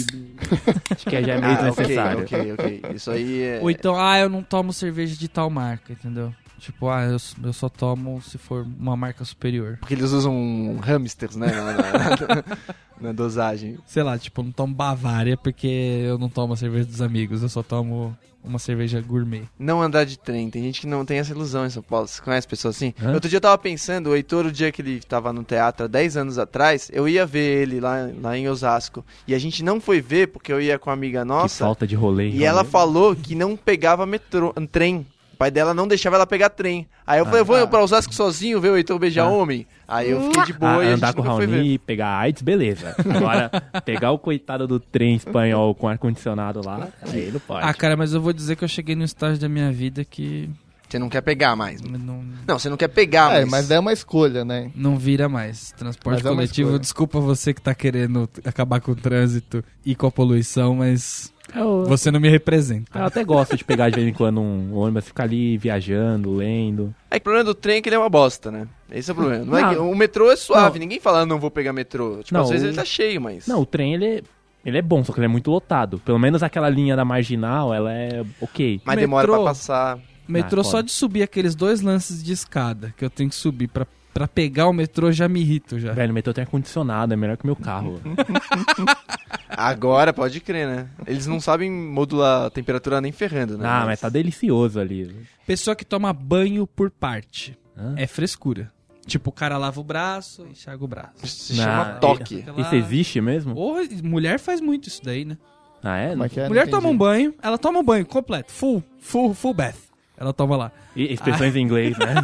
Speaker 5: acho que já é meio
Speaker 4: Ah, ok,
Speaker 5: desnecessário.
Speaker 4: ok, ok. Isso aí é.
Speaker 2: Ou então, ah, eu não tomo cerveja de tal marca, entendeu? Tipo, ah, eu, s- eu só tomo se for uma marca superior.
Speaker 4: Porque eles usam hamsters, né? Na, na- na dosagem.
Speaker 2: Sei lá, tipo, eu não tomo Bavária porque eu não tomo a cerveja dos amigos, eu só tomo uma cerveja gourmet.
Speaker 4: Não andar de trem. Tem gente que não tem essa ilusão em São Paulo. Você conhece pessoas assim?
Speaker 5: Hã?
Speaker 4: Outro dia eu tava pensando, o Heitor, o dia que ele tava no teatro há 10 anos atrás, eu ia ver ele lá, lá em Osasco. E a gente não foi ver porque eu ia com uma amiga
Speaker 5: Que
Speaker 4: nossa.
Speaker 5: falta de rolê.
Speaker 4: E ela
Speaker 5: realmente.
Speaker 4: falou que não pegava metrô, um trem. O pai dela não deixava ela pegar trem. Aí eu falei, eu vou pra Osasco sozinho ver o Heitor beijar
Speaker 5: tá. Ah.
Speaker 4: homem. Aí eu fiquei de boa
Speaker 5: Ah,
Speaker 4: e a
Speaker 5: andar
Speaker 4: gente
Speaker 5: com o
Speaker 4: nunca foi ver.
Speaker 5: Raoni, pegar AIDS, beleza. Agora, pegar o coitado do trem espanhol com ar-condicionado lá, aí não pode.
Speaker 2: Ah, cara, mas eu vou dizer que eu cheguei num estágio da minha vida que
Speaker 4: Você não quer pegar mais.
Speaker 2: não,
Speaker 4: Não, você não quer pegar,
Speaker 6: É,
Speaker 4: mas...
Speaker 6: mas é uma escolha, né?
Speaker 2: não vira mais. Transporte
Speaker 6: Mas é uma
Speaker 2: coletivo,
Speaker 6: escolha.
Speaker 2: desculpa você que tá querendo acabar com o trânsito e com a poluição, mas
Speaker 6: É
Speaker 5: eu,
Speaker 2: você não me
Speaker 6: Ah,
Speaker 2: representa.
Speaker 5: eu até gosto de pegar de vez em quando um ônibus, ficar ali viajando, lendo.
Speaker 4: É que o problema do trem é que ele é uma bosta, né? Esse é o problema. Não é
Speaker 5: Não.
Speaker 4: que- o metrô é suave,
Speaker 5: Não.
Speaker 4: ninguém fala, não vou pegar metrô. Tipo,
Speaker 5: Não,
Speaker 4: às vezes
Speaker 5: o-
Speaker 4: ele tá cheio, mas.
Speaker 5: Não, o trem, ele, ele é bom, só que ele é muito lotado. Pelo menos aquela linha da marginal, ela é ok.
Speaker 4: mas
Speaker 2: o
Speaker 4: demora
Speaker 2: metrô-
Speaker 4: pra passar.
Speaker 2: metrô
Speaker 5: Ah,
Speaker 2: só
Speaker 5: foda.
Speaker 2: de subir aqueles dois lances de escada que eu tenho que subir pra, pra pegar o metrô já me irrito já.
Speaker 5: Velho, o metrô tem ar-condicionado, é melhor que o meu carro.
Speaker 4: Agora, pode crer, né? Eles não sabem modular a temperatura nem ferrando, né?
Speaker 5: ah, mas tá delicioso ali.
Speaker 2: Pessoa que toma banho por parte
Speaker 5: Hã?
Speaker 2: é frescura. Tipo, o cara lava o braço, enxerga o braço.
Speaker 4: Isso se chama
Speaker 5: Não,
Speaker 4: toque.
Speaker 2: Sei lá.
Speaker 5: Isso existe mesmo?
Speaker 2: Ou mulher faz muito isso daí, né?
Speaker 5: Ah, é?
Speaker 6: Como é que é? Não
Speaker 2: Mulher toma um
Speaker 6: entendi.
Speaker 2: banho, ela toma um banho completo, full, full, full bath. Ela tava lá.
Speaker 5: E expressões em inglês, né?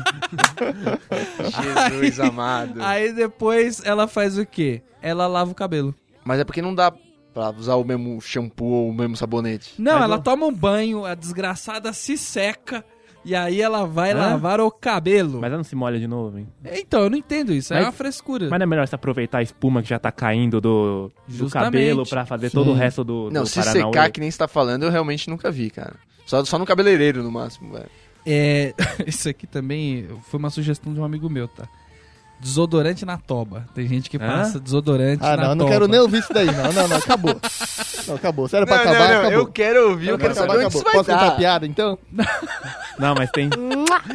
Speaker 4: Jesus amado.
Speaker 2: Aí depois ela faz o quê? Ela lava o cabelo.
Speaker 4: Mas é porque não dá pra usar o mesmo shampoo ou o mesmo sabonete.
Speaker 2: Não,
Speaker 5: Mas
Speaker 2: ela
Speaker 5: não-
Speaker 2: toma um banho, a desgraçada se seca e aí ela vai
Speaker 5: Hã?
Speaker 2: lavar o cabelo.
Speaker 5: Mas ela não se molha de novo, hein?
Speaker 2: Então, eu não entendo isso. é
Speaker 5: Mas-
Speaker 2: uma frescura.
Speaker 5: Mas não é melhor você aproveitar a espuma que já tá caindo do, do
Speaker 2: Justamente.
Speaker 5: cabelo pra fazer todo o resto do,
Speaker 4: Não,
Speaker 5: do
Speaker 4: se
Speaker 5: Paranauê?
Speaker 4: secar que nem você tá falando, eu realmente nunca vi, cara. Só, só no cabeleireiro, no máximo, velho.
Speaker 2: É, isso aqui também foi uma sugestão de um amigo meu, tá? Desodorante na toba. Tem gente que
Speaker 5: Hã?
Speaker 2: passa desodorante na
Speaker 6: Ah, não, eu
Speaker 2: toba.
Speaker 6: não quero nem ouvir isso daí, não. Não, não, acabou. Não, acabou. Se era pra acabar, acabou.
Speaker 4: eu quero ouvir, eu, quero
Speaker 6: acabar,
Speaker 4: saber onde
Speaker 6: acabou.
Speaker 4: isso vai
Speaker 6: Posso contar a
Speaker 4: dar.
Speaker 6: piada, então?
Speaker 5: Não, mas tem.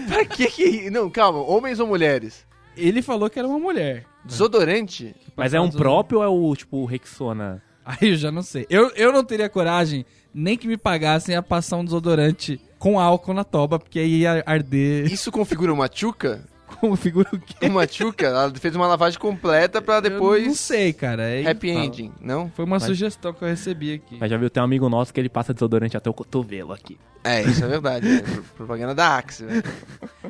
Speaker 4: Pra que que... Não, calma, homens ou mulheres?
Speaker 2: Ele falou que era uma mulher.
Speaker 4: Desodorante?
Speaker 5: Mas é um próprio ou é o tipo o Rexona?
Speaker 2: Aí eu já não sei. Eu, eu não teria coragem, nem que me pagassem, a passar um desodorante com álcool na toba, porque aí ia arder.
Speaker 4: Isso configura uma tchuca?
Speaker 2: Como figura o quê?
Speaker 4: Uma tchuca? Ela fez uma lavagem completa pra
Speaker 2: Eu não
Speaker 4: depois...
Speaker 2: sei, cara. É-
Speaker 4: Happy ending, não?
Speaker 2: Foi uma sugestão que eu recebi aqui.
Speaker 5: Mas já viu, tem um amigo nosso que ele passa desodorante até o cotovelo aqui.
Speaker 4: É, isso é verdade. é pro- propaganda da Axe, velho.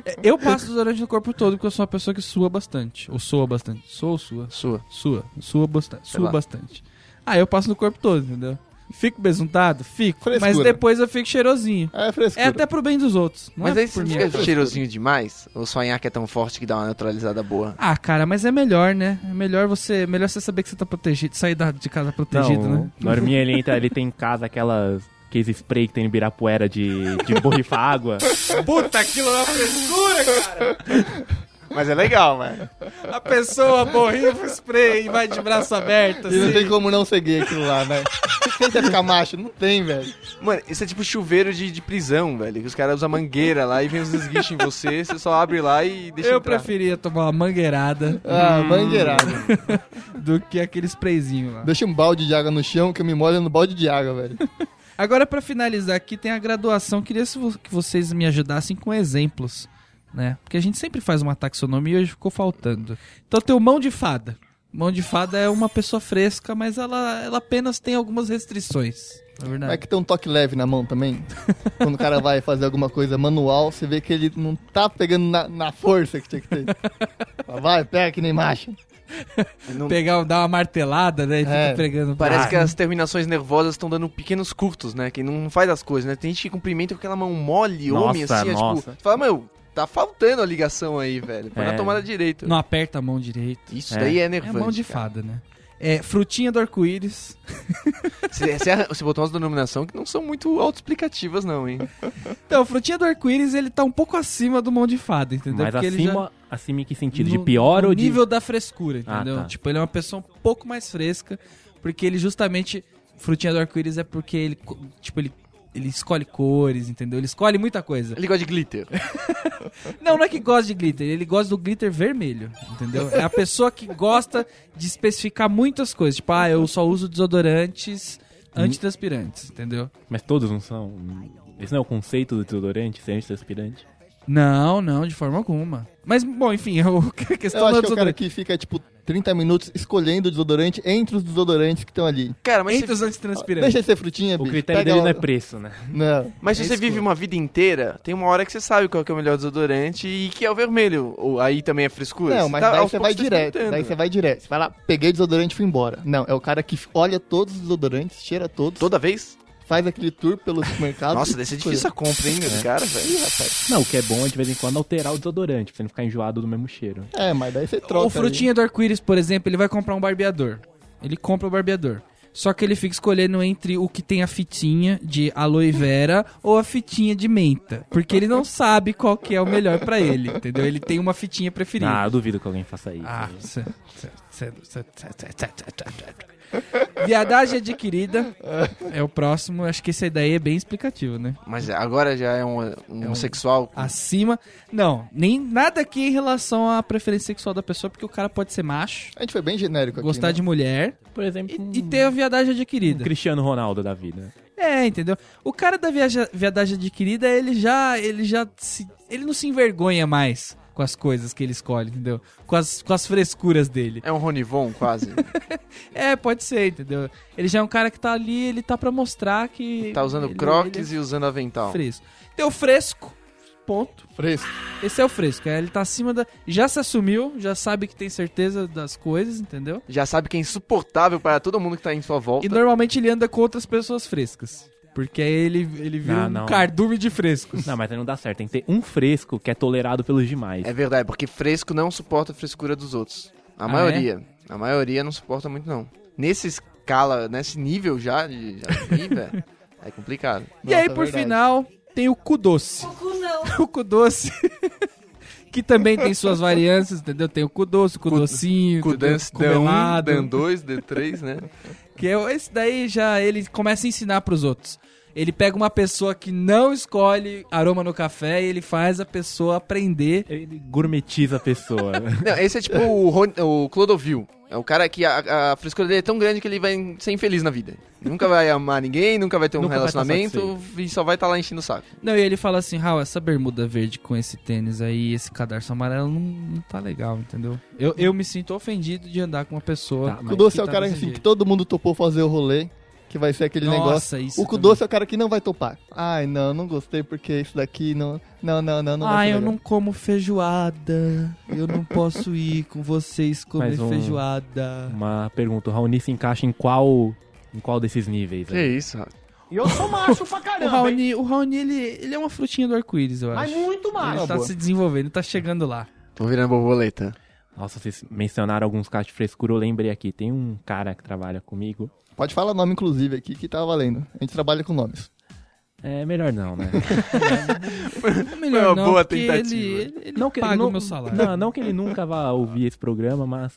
Speaker 2: É, Eu passo desodorante no corpo todo porque eu sou uma pessoa que sua bastante. Ou soa bastante. Sou ou sua?
Speaker 4: Sua.
Speaker 2: Sua. Sua bastante.
Speaker 4: Sei
Speaker 2: Sua
Speaker 4: lá.
Speaker 2: bastante. Aí eu passo no corpo todo, entendeu? Fico besuntado? Fico. Mas
Speaker 6: Frescura.
Speaker 2: depois eu fico cheirosinho.
Speaker 6: É
Speaker 2: É
Speaker 6: frescura.
Speaker 2: até pro bem dos outros. Não
Speaker 4: Mas
Speaker 2: é
Speaker 4: aí
Speaker 2: por
Speaker 4: você
Speaker 2: mim.
Speaker 4: fica cheirosinho demais? Ou sonhar que é tão forte que dá uma neutralizada boa?
Speaker 2: Ah, cara, mas é melhor, né? É melhor você, melhor você saber que você tá protegido, sair da- de casa protegido, né?
Speaker 5: o Norminha, ele entra, ele tem em casa aquelas. Aqueles spray que tem no Ibirapuera de, de borrifar água.
Speaker 2: Puta, aquilo é uma frescura, cara.
Speaker 4: Mas é legal, velho.
Speaker 2: A pessoa borrifa o spray e vai de braço aberto, assim.
Speaker 6: E não tem como não ser gay aquilo lá, né? Quem quer ficar macho? Não tem, velho.
Speaker 4: Mano, isso é tipo chuveiro de, de prisão, velho. Que os caras usam mangueira lá e vem os esguichos em você, você só abre lá e deixa
Speaker 2: Eu
Speaker 4: entrar.
Speaker 2: preferia tomar uma mangueirada
Speaker 6: Ah, mangueirada.
Speaker 2: do que aquele sprayzinho lá.
Speaker 6: Deixa um balde de água no chão que eu me molho no balde de água, velho.
Speaker 2: Agora, pra finalizar aqui, tem a graduação. Queria se vo- que vocês me ajudassem com exemplos, né? Porque a gente sempre faz uma taxonomia e hoje ficou faltando. Então tem o mão de fada. Mão de fada é uma pessoa fresca, mas ela, ela apenas tem algumas restrições. Na verdade.
Speaker 6: É que tem um toque leve na mão também. Quando o cara vai fazer alguma coisa manual, você vê que ele não tá pegando na, na força que tinha que ter. Fala, Vai, pega que nem macho.
Speaker 4: Não- Ah.
Speaker 2: Pegar, dar uma martelada, né? E
Speaker 6: É,
Speaker 2: fica pegando.
Speaker 4: Parece que as terminações nervosas estão dando pequenos curtos, né? Que não faz as coisas, né? Tem gente que cumprimenta com aquela mão mole,
Speaker 5: Nossa,
Speaker 4: homem, assim, é
Speaker 5: nossa.
Speaker 4: tipo. Fala, meu, tá faltando a ligação aí, velho. Põe na
Speaker 5: É.
Speaker 4: tomada direito.
Speaker 2: Não aperta a mão direito.
Speaker 4: Isso
Speaker 5: É.
Speaker 4: daí é
Speaker 2: É
Speaker 4: nervante.
Speaker 2: mão de
Speaker 4: cara.
Speaker 2: fada, né? É, frutinha do arco-íris.
Speaker 4: Você, você arran- você botou umas denominações que não são muito autoexplicativas, não, hein?
Speaker 2: Então, frutinha do arco-íris, ele tá um pouco acima do mão de fada, entendeu?
Speaker 5: Mas
Speaker 2: ele já-
Speaker 5: acima, acima em que sentido?
Speaker 2: No-
Speaker 5: de pior
Speaker 2: no
Speaker 5: ou de.
Speaker 2: nível da frescura,
Speaker 5: Ah,
Speaker 2: entendeu?
Speaker 5: tá.
Speaker 2: Tipo, ele é uma pessoa um pouco mais fresca, porque ele justamente frutinha do arco-íris é porque ele co- tipo ele ele escolhe cores, entendeu? Ele escolhe muita coisa.
Speaker 4: Ele gosta de glitter.
Speaker 2: Não, não é que gosta de glitter, ele gosta do glitter vermelho, entendeu? É a pessoa que gosta de especificar muitas coisas. Tipo, ah, eu só uso desodorantes antitranspirantes, entendeu?
Speaker 5: Mas todos não são. Esse não é o conceito do desodorante, ser antitranspirante?
Speaker 2: Não, não, de forma alguma. Mas, bom, enfim, eu- a questão
Speaker 6: Eu
Speaker 2: do
Speaker 6: acho que é o cara
Speaker 2: desodorante.
Speaker 6: que fica, tipo, 30 minutos escolhendo o desodorante entre os desodorantes que estão ali.
Speaker 4: Cara, mas
Speaker 2: Entre
Speaker 4: se,
Speaker 2: os antitranspirantes.
Speaker 6: Deixa de ser frutinha,
Speaker 5: O
Speaker 6: bicho.
Speaker 5: critério
Speaker 6: Pega
Speaker 5: dele
Speaker 6: lá-
Speaker 5: não é preço, né?
Speaker 6: Não.
Speaker 4: mas se você vive uma vida inteira, tem uma hora que você sabe qual que é o melhor desodorante e que é o vermelho. Ou aí também é frescura.
Speaker 6: Não, mas
Speaker 4: tá-
Speaker 6: daí
Speaker 4: aos
Speaker 6: você
Speaker 4: poucos
Speaker 6: vai
Speaker 4: tá
Speaker 6: direto.
Speaker 4: experimentando,
Speaker 6: Daí
Speaker 4: né?
Speaker 6: você vai direto. Você vai lá, peguei desodorante e fui embora. Não, é o cara que olha todos os desodorantes, cheira todos,
Speaker 4: Toda vez?
Speaker 6: faz aquele tour pelo supermercado.
Speaker 4: Nossa, deve ser difícil a compra, hein,
Speaker 6: É.
Speaker 4: desse cara, velho.
Speaker 5: Não, o que é bom é de vez em quando alterar o desodorante, pra você não ficar enjoado do mesmo cheiro.
Speaker 6: É, mas daí você troca.
Speaker 2: O frutinha do arco-íris, por exemplo, ele vai comprar um barbeador. Ele compra o barbeador. Só que ele fica escolhendo entre o que tem a fitinha de aloe vera ou a fitinha de menta. Porque ele não sabe qual que é o melhor pra ele, entendeu? Ele tem uma fitinha preferida.
Speaker 5: Ah, eu duvido que alguém faça isso.
Speaker 2: Ah, cê- cê- cê- cê- cê- cê- cê- cê- cê- Viadagem adquirida é o próximo. Acho que esse daí é bem explicativo, né?
Speaker 4: Mas agora já é um, um homossexual.
Speaker 2: Acima. Não, nem nada aqui em relação à preferência sexual da pessoa, porque o cara pode ser macho,
Speaker 6: A gente foi bem genérico aqui.
Speaker 2: gostar
Speaker 6: né?
Speaker 2: de mulher,
Speaker 5: Por exemplo,
Speaker 2: E, e ter a viadagem
Speaker 5: um
Speaker 2: adquirida.
Speaker 5: Cristiano Ronaldo da vida.
Speaker 2: É, entendeu? O cara da viaja- viadagem adquirida, ele já. Ele já. se- ele não se envergonha mais com as coisas que ele escolhe, entendeu? Com as, com as frescuras dele.
Speaker 4: É um Ronivon, quase.
Speaker 2: É, pode ser, entendeu? Ele já é um cara que tá ali, ele tá pra mostrar que.
Speaker 4: Tá usando
Speaker 2: ele-
Speaker 4: crocs
Speaker 2: ele
Speaker 4: e usando
Speaker 2: é
Speaker 4: avental.
Speaker 2: fresco. Tem o fresco, Ponto.
Speaker 6: Fresco.
Speaker 2: Esse é o fresco. é, Ele tá acima da. Já se assumiu, já sabe que tem certeza das coisas, entendeu?
Speaker 4: Já sabe que é insuportável para todo mundo que tá em sua volta.
Speaker 2: E normalmente ele anda com outras pessoas frescas. Porque aí ele, ele vira
Speaker 5: Não,
Speaker 2: um
Speaker 5: não.
Speaker 2: cardume de frescos.
Speaker 5: Não, mas aí não dá certo. Tem que ter um fresco que é tolerado pelos demais.
Speaker 4: É verdade, porque fresco não suporta a frescura dos outros. A
Speaker 6: é?
Speaker 2: Ah,
Speaker 4: maioria. A maioria não suporta muito, não. Nesse escala, nesse nível já, de, já ih, velho, é complicado.
Speaker 2: E aí,
Speaker 6: Nossa,
Speaker 2: por
Speaker 6: verdade.
Speaker 2: final, tem o cu doce.
Speaker 7: O cu não.
Speaker 2: o cu doce. que também tem suas variâncias, entendeu? Tem o cu doce, o cu, docinho,
Speaker 4: Com
Speaker 2: cu, doce,
Speaker 4: Dan1, Dan dois, D3, né?
Speaker 2: Que é, o- esse daí já ele começa a ensinar pros outros. Ele pega uma pessoa que não escolhe aroma no café e ele faz a pessoa aprender.
Speaker 5: Ele gourmetiza a pessoa.
Speaker 4: Não, esse é tipo o, Ron- o Clodovil. É o cara que a, a frescura dele é tão grande que ele vai ser infeliz na vida. Nunca vai amar ninguém, nunca vai ter um
Speaker 5: Nunca vai tá
Speaker 4: relacionamento e só vai estar lá enchendo o saco.
Speaker 2: Não, e ele fala assim: Raul, essa bermuda verde com esse tênis aí, esse cadarço amarelo não, não tá legal, entendeu? Eu, eu me sinto ofendido de andar com uma pessoa.
Speaker 5: Tá,
Speaker 6: O
Speaker 5: mas-
Speaker 6: cu doce é o
Speaker 2: tá
Speaker 6: cara
Speaker 2: desse
Speaker 6: assim,
Speaker 2: jeito.
Speaker 6: que todo mundo topou fazer o rolê, que vai ser aquele
Speaker 2: Nossa,
Speaker 6: negócio.
Speaker 2: isso
Speaker 6: o cu
Speaker 2: também.
Speaker 6: doce é o cara que não vai topar. Ai, não, não gostei porque isso daqui não. Não, não, não, não. vai
Speaker 2: Ah,
Speaker 6: ser
Speaker 2: eu
Speaker 6: legal.
Speaker 2: não como feijoada. Eu não posso ir com vocês comer
Speaker 5: Mais um-
Speaker 2: feijoada.
Speaker 5: Uma pergunta, o Raoni se encaixa em qual. Em qual desses níveis?
Speaker 4: Que
Speaker 5: aí?
Speaker 4: isso, rapaz.
Speaker 8: E eu sou macho pra
Speaker 2: O
Speaker 8: caramba, hein?
Speaker 2: Raoni, o Raoni ele, ele é uma frutinha do arco-íris, eu
Speaker 8: Mas
Speaker 2: acho.
Speaker 8: muito macho.
Speaker 2: Ele tá se desenvolvendo, tá chegando lá.
Speaker 4: Tô virando borboleta.
Speaker 5: Nossa, vocês mencionaram alguns casos de frescura, eu lembrei aqui. Tem um cara que trabalha comigo.
Speaker 6: Pode falar nome, inclusive, aqui que tá valendo. A gente trabalha com nomes.
Speaker 5: É melhor não, né?
Speaker 2: É melhor
Speaker 4: uma
Speaker 2: não,
Speaker 4: boa
Speaker 2: porque
Speaker 4: tentativa.
Speaker 2: Ele, ele, ele paga o meu salário.
Speaker 5: Não, não que ele nunca vá ouvir esse programa, mas.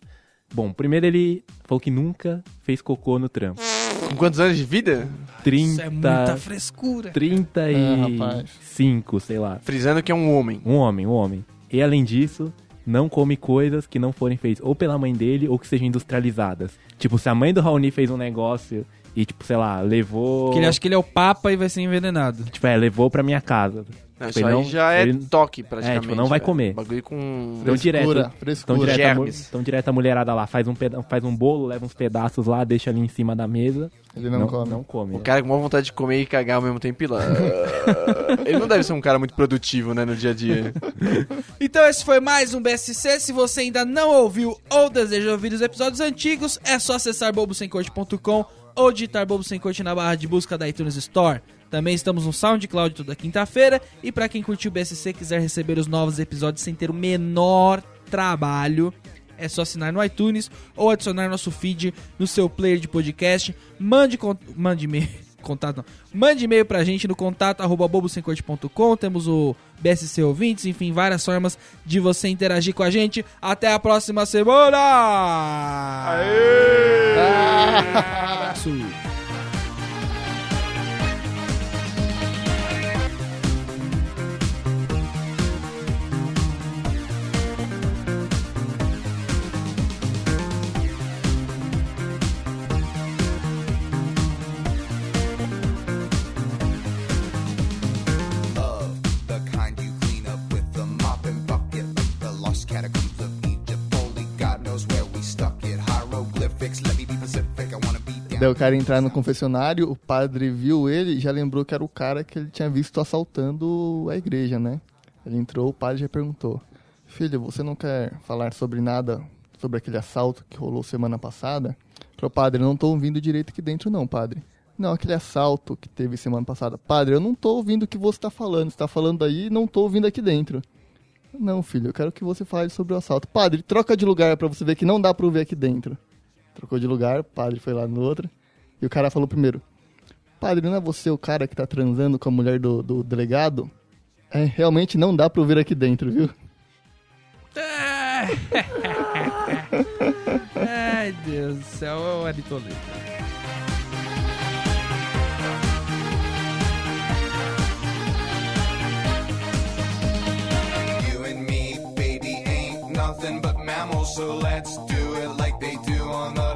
Speaker 5: Bom, primeiro ele falou que nunca fez cocô no trampo.
Speaker 4: Com quantos anos de vida?
Speaker 5: 30.
Speaker 2: Ah, Isso é muita frescura.
Speaker 6: Ah,
Speaker 5: 35, sei lá.
Speaker 4: Frisando que é um homem.
Speaker 5: Um homem, um homem. E além disso, não come coisas que não forem feitas ou pela mãe dele ou que sejam industrializadas. Tipo, se a mãe do Raoni fez um negócio e, tipo, sei lá, levou.
Speaker 2: Porque ele acha que ele é o papa e vai ser envenenado.
Speaker 5: Tipo, é, levou pra minha casa.
Speaker 4: Não,
Speaker 5: Tipo,
Speaker 4: isso
Speaker 5: ele
Speaker 4: aí já é
Speaker 5: ele-
Speaker 4: toque, praticamente.
Speaker 5: tipo, não vai
Speaker 4: velho.
Speaker 5: comer.
Speaker 4: Bagulho com...
Speaker 5: Então,
Speaker 6: Frescura,
Speaker 5: direto. Então
Speaker 6: frescura.
Speaker 5: direto, a, mu-
Speaker 4: Germes.
Speaker 5: então direto a mulherada lá faz um, peda- faz um bolo, leva uns pedaços lá, deixa ali em cima da mesa.
Speaker 6: Ele não, come.
Speaker 5: Não come.
Speaker 4: O cara com maior vontade de comer e cagar ao mesmo tempo. e lá. Ele não deve ser um cara muito produtivo, né, no dia a dia.
Speaker 2: Então esse foi mais um BSC. Se você ainda não ouviu ou deseja ouvir os episódios antigos, é só acessar bobosemcorte.com ou digitar Bobo Sem Corte na barra de busca da iTunes Store. Também estamos no SoundCloud toda quinta-feira. E pra quem curtiu o BSC e quiser receber os novos episódios sem ter o menor trabalho, é só assinar no iTunes ou adicionar nosso feed no seu player de podcast. Mande, con- mande e-mail. Contato não. Mande e-mail pra gente no contato arroba bobosemcorte.com. Temos o BSC Ouvintes, enfim, várias formas de você interagir com a gente. Até a próxima semana! Abraço!
Speaker 1: of the kind you clean up with the mop and bucket, like the lost catacombs of Egypt. Only God knows where we stuck it. Hieroglyphics, let me be Pacific. I wanna be down.
Speaker 6: Daí o cara entrar no confessionário, o padre viu ele e já lembrou que era o cara que ele tinha visto assaltando a igreja, né? Ele entrou, o padre já perguntou: Filho, você não quer falar sobre nada, sobre aquele assalto que rolou semana passada? Falou, padre, eu não tô ouvindo direito aqui dentro, não, padre. Não, aquele assalto que teve semana passada. Padre, eu não tô ouvindo o que você tá falando. Você tá falando aí e não tô ouvindo aqui dentro. Não, filho, eu quero que você fale sobre o assalto. Padre, troca de lugar pra você ver que não dá pra ouvir aqui dentro. Trocou de lugar, o padre foi lá no outro. E o cara falou primeiro: Padre, não é você o cara que tá transando com a mulher do, do delegado? É, realmente não dá pra ouvir aqui dentro, viu?
Speaker 2: Ai, Deus do céu, é o Ari Toledo.
Speaker 1: You and me, baby, ain't nothing but mammals, so let's do it like they do on the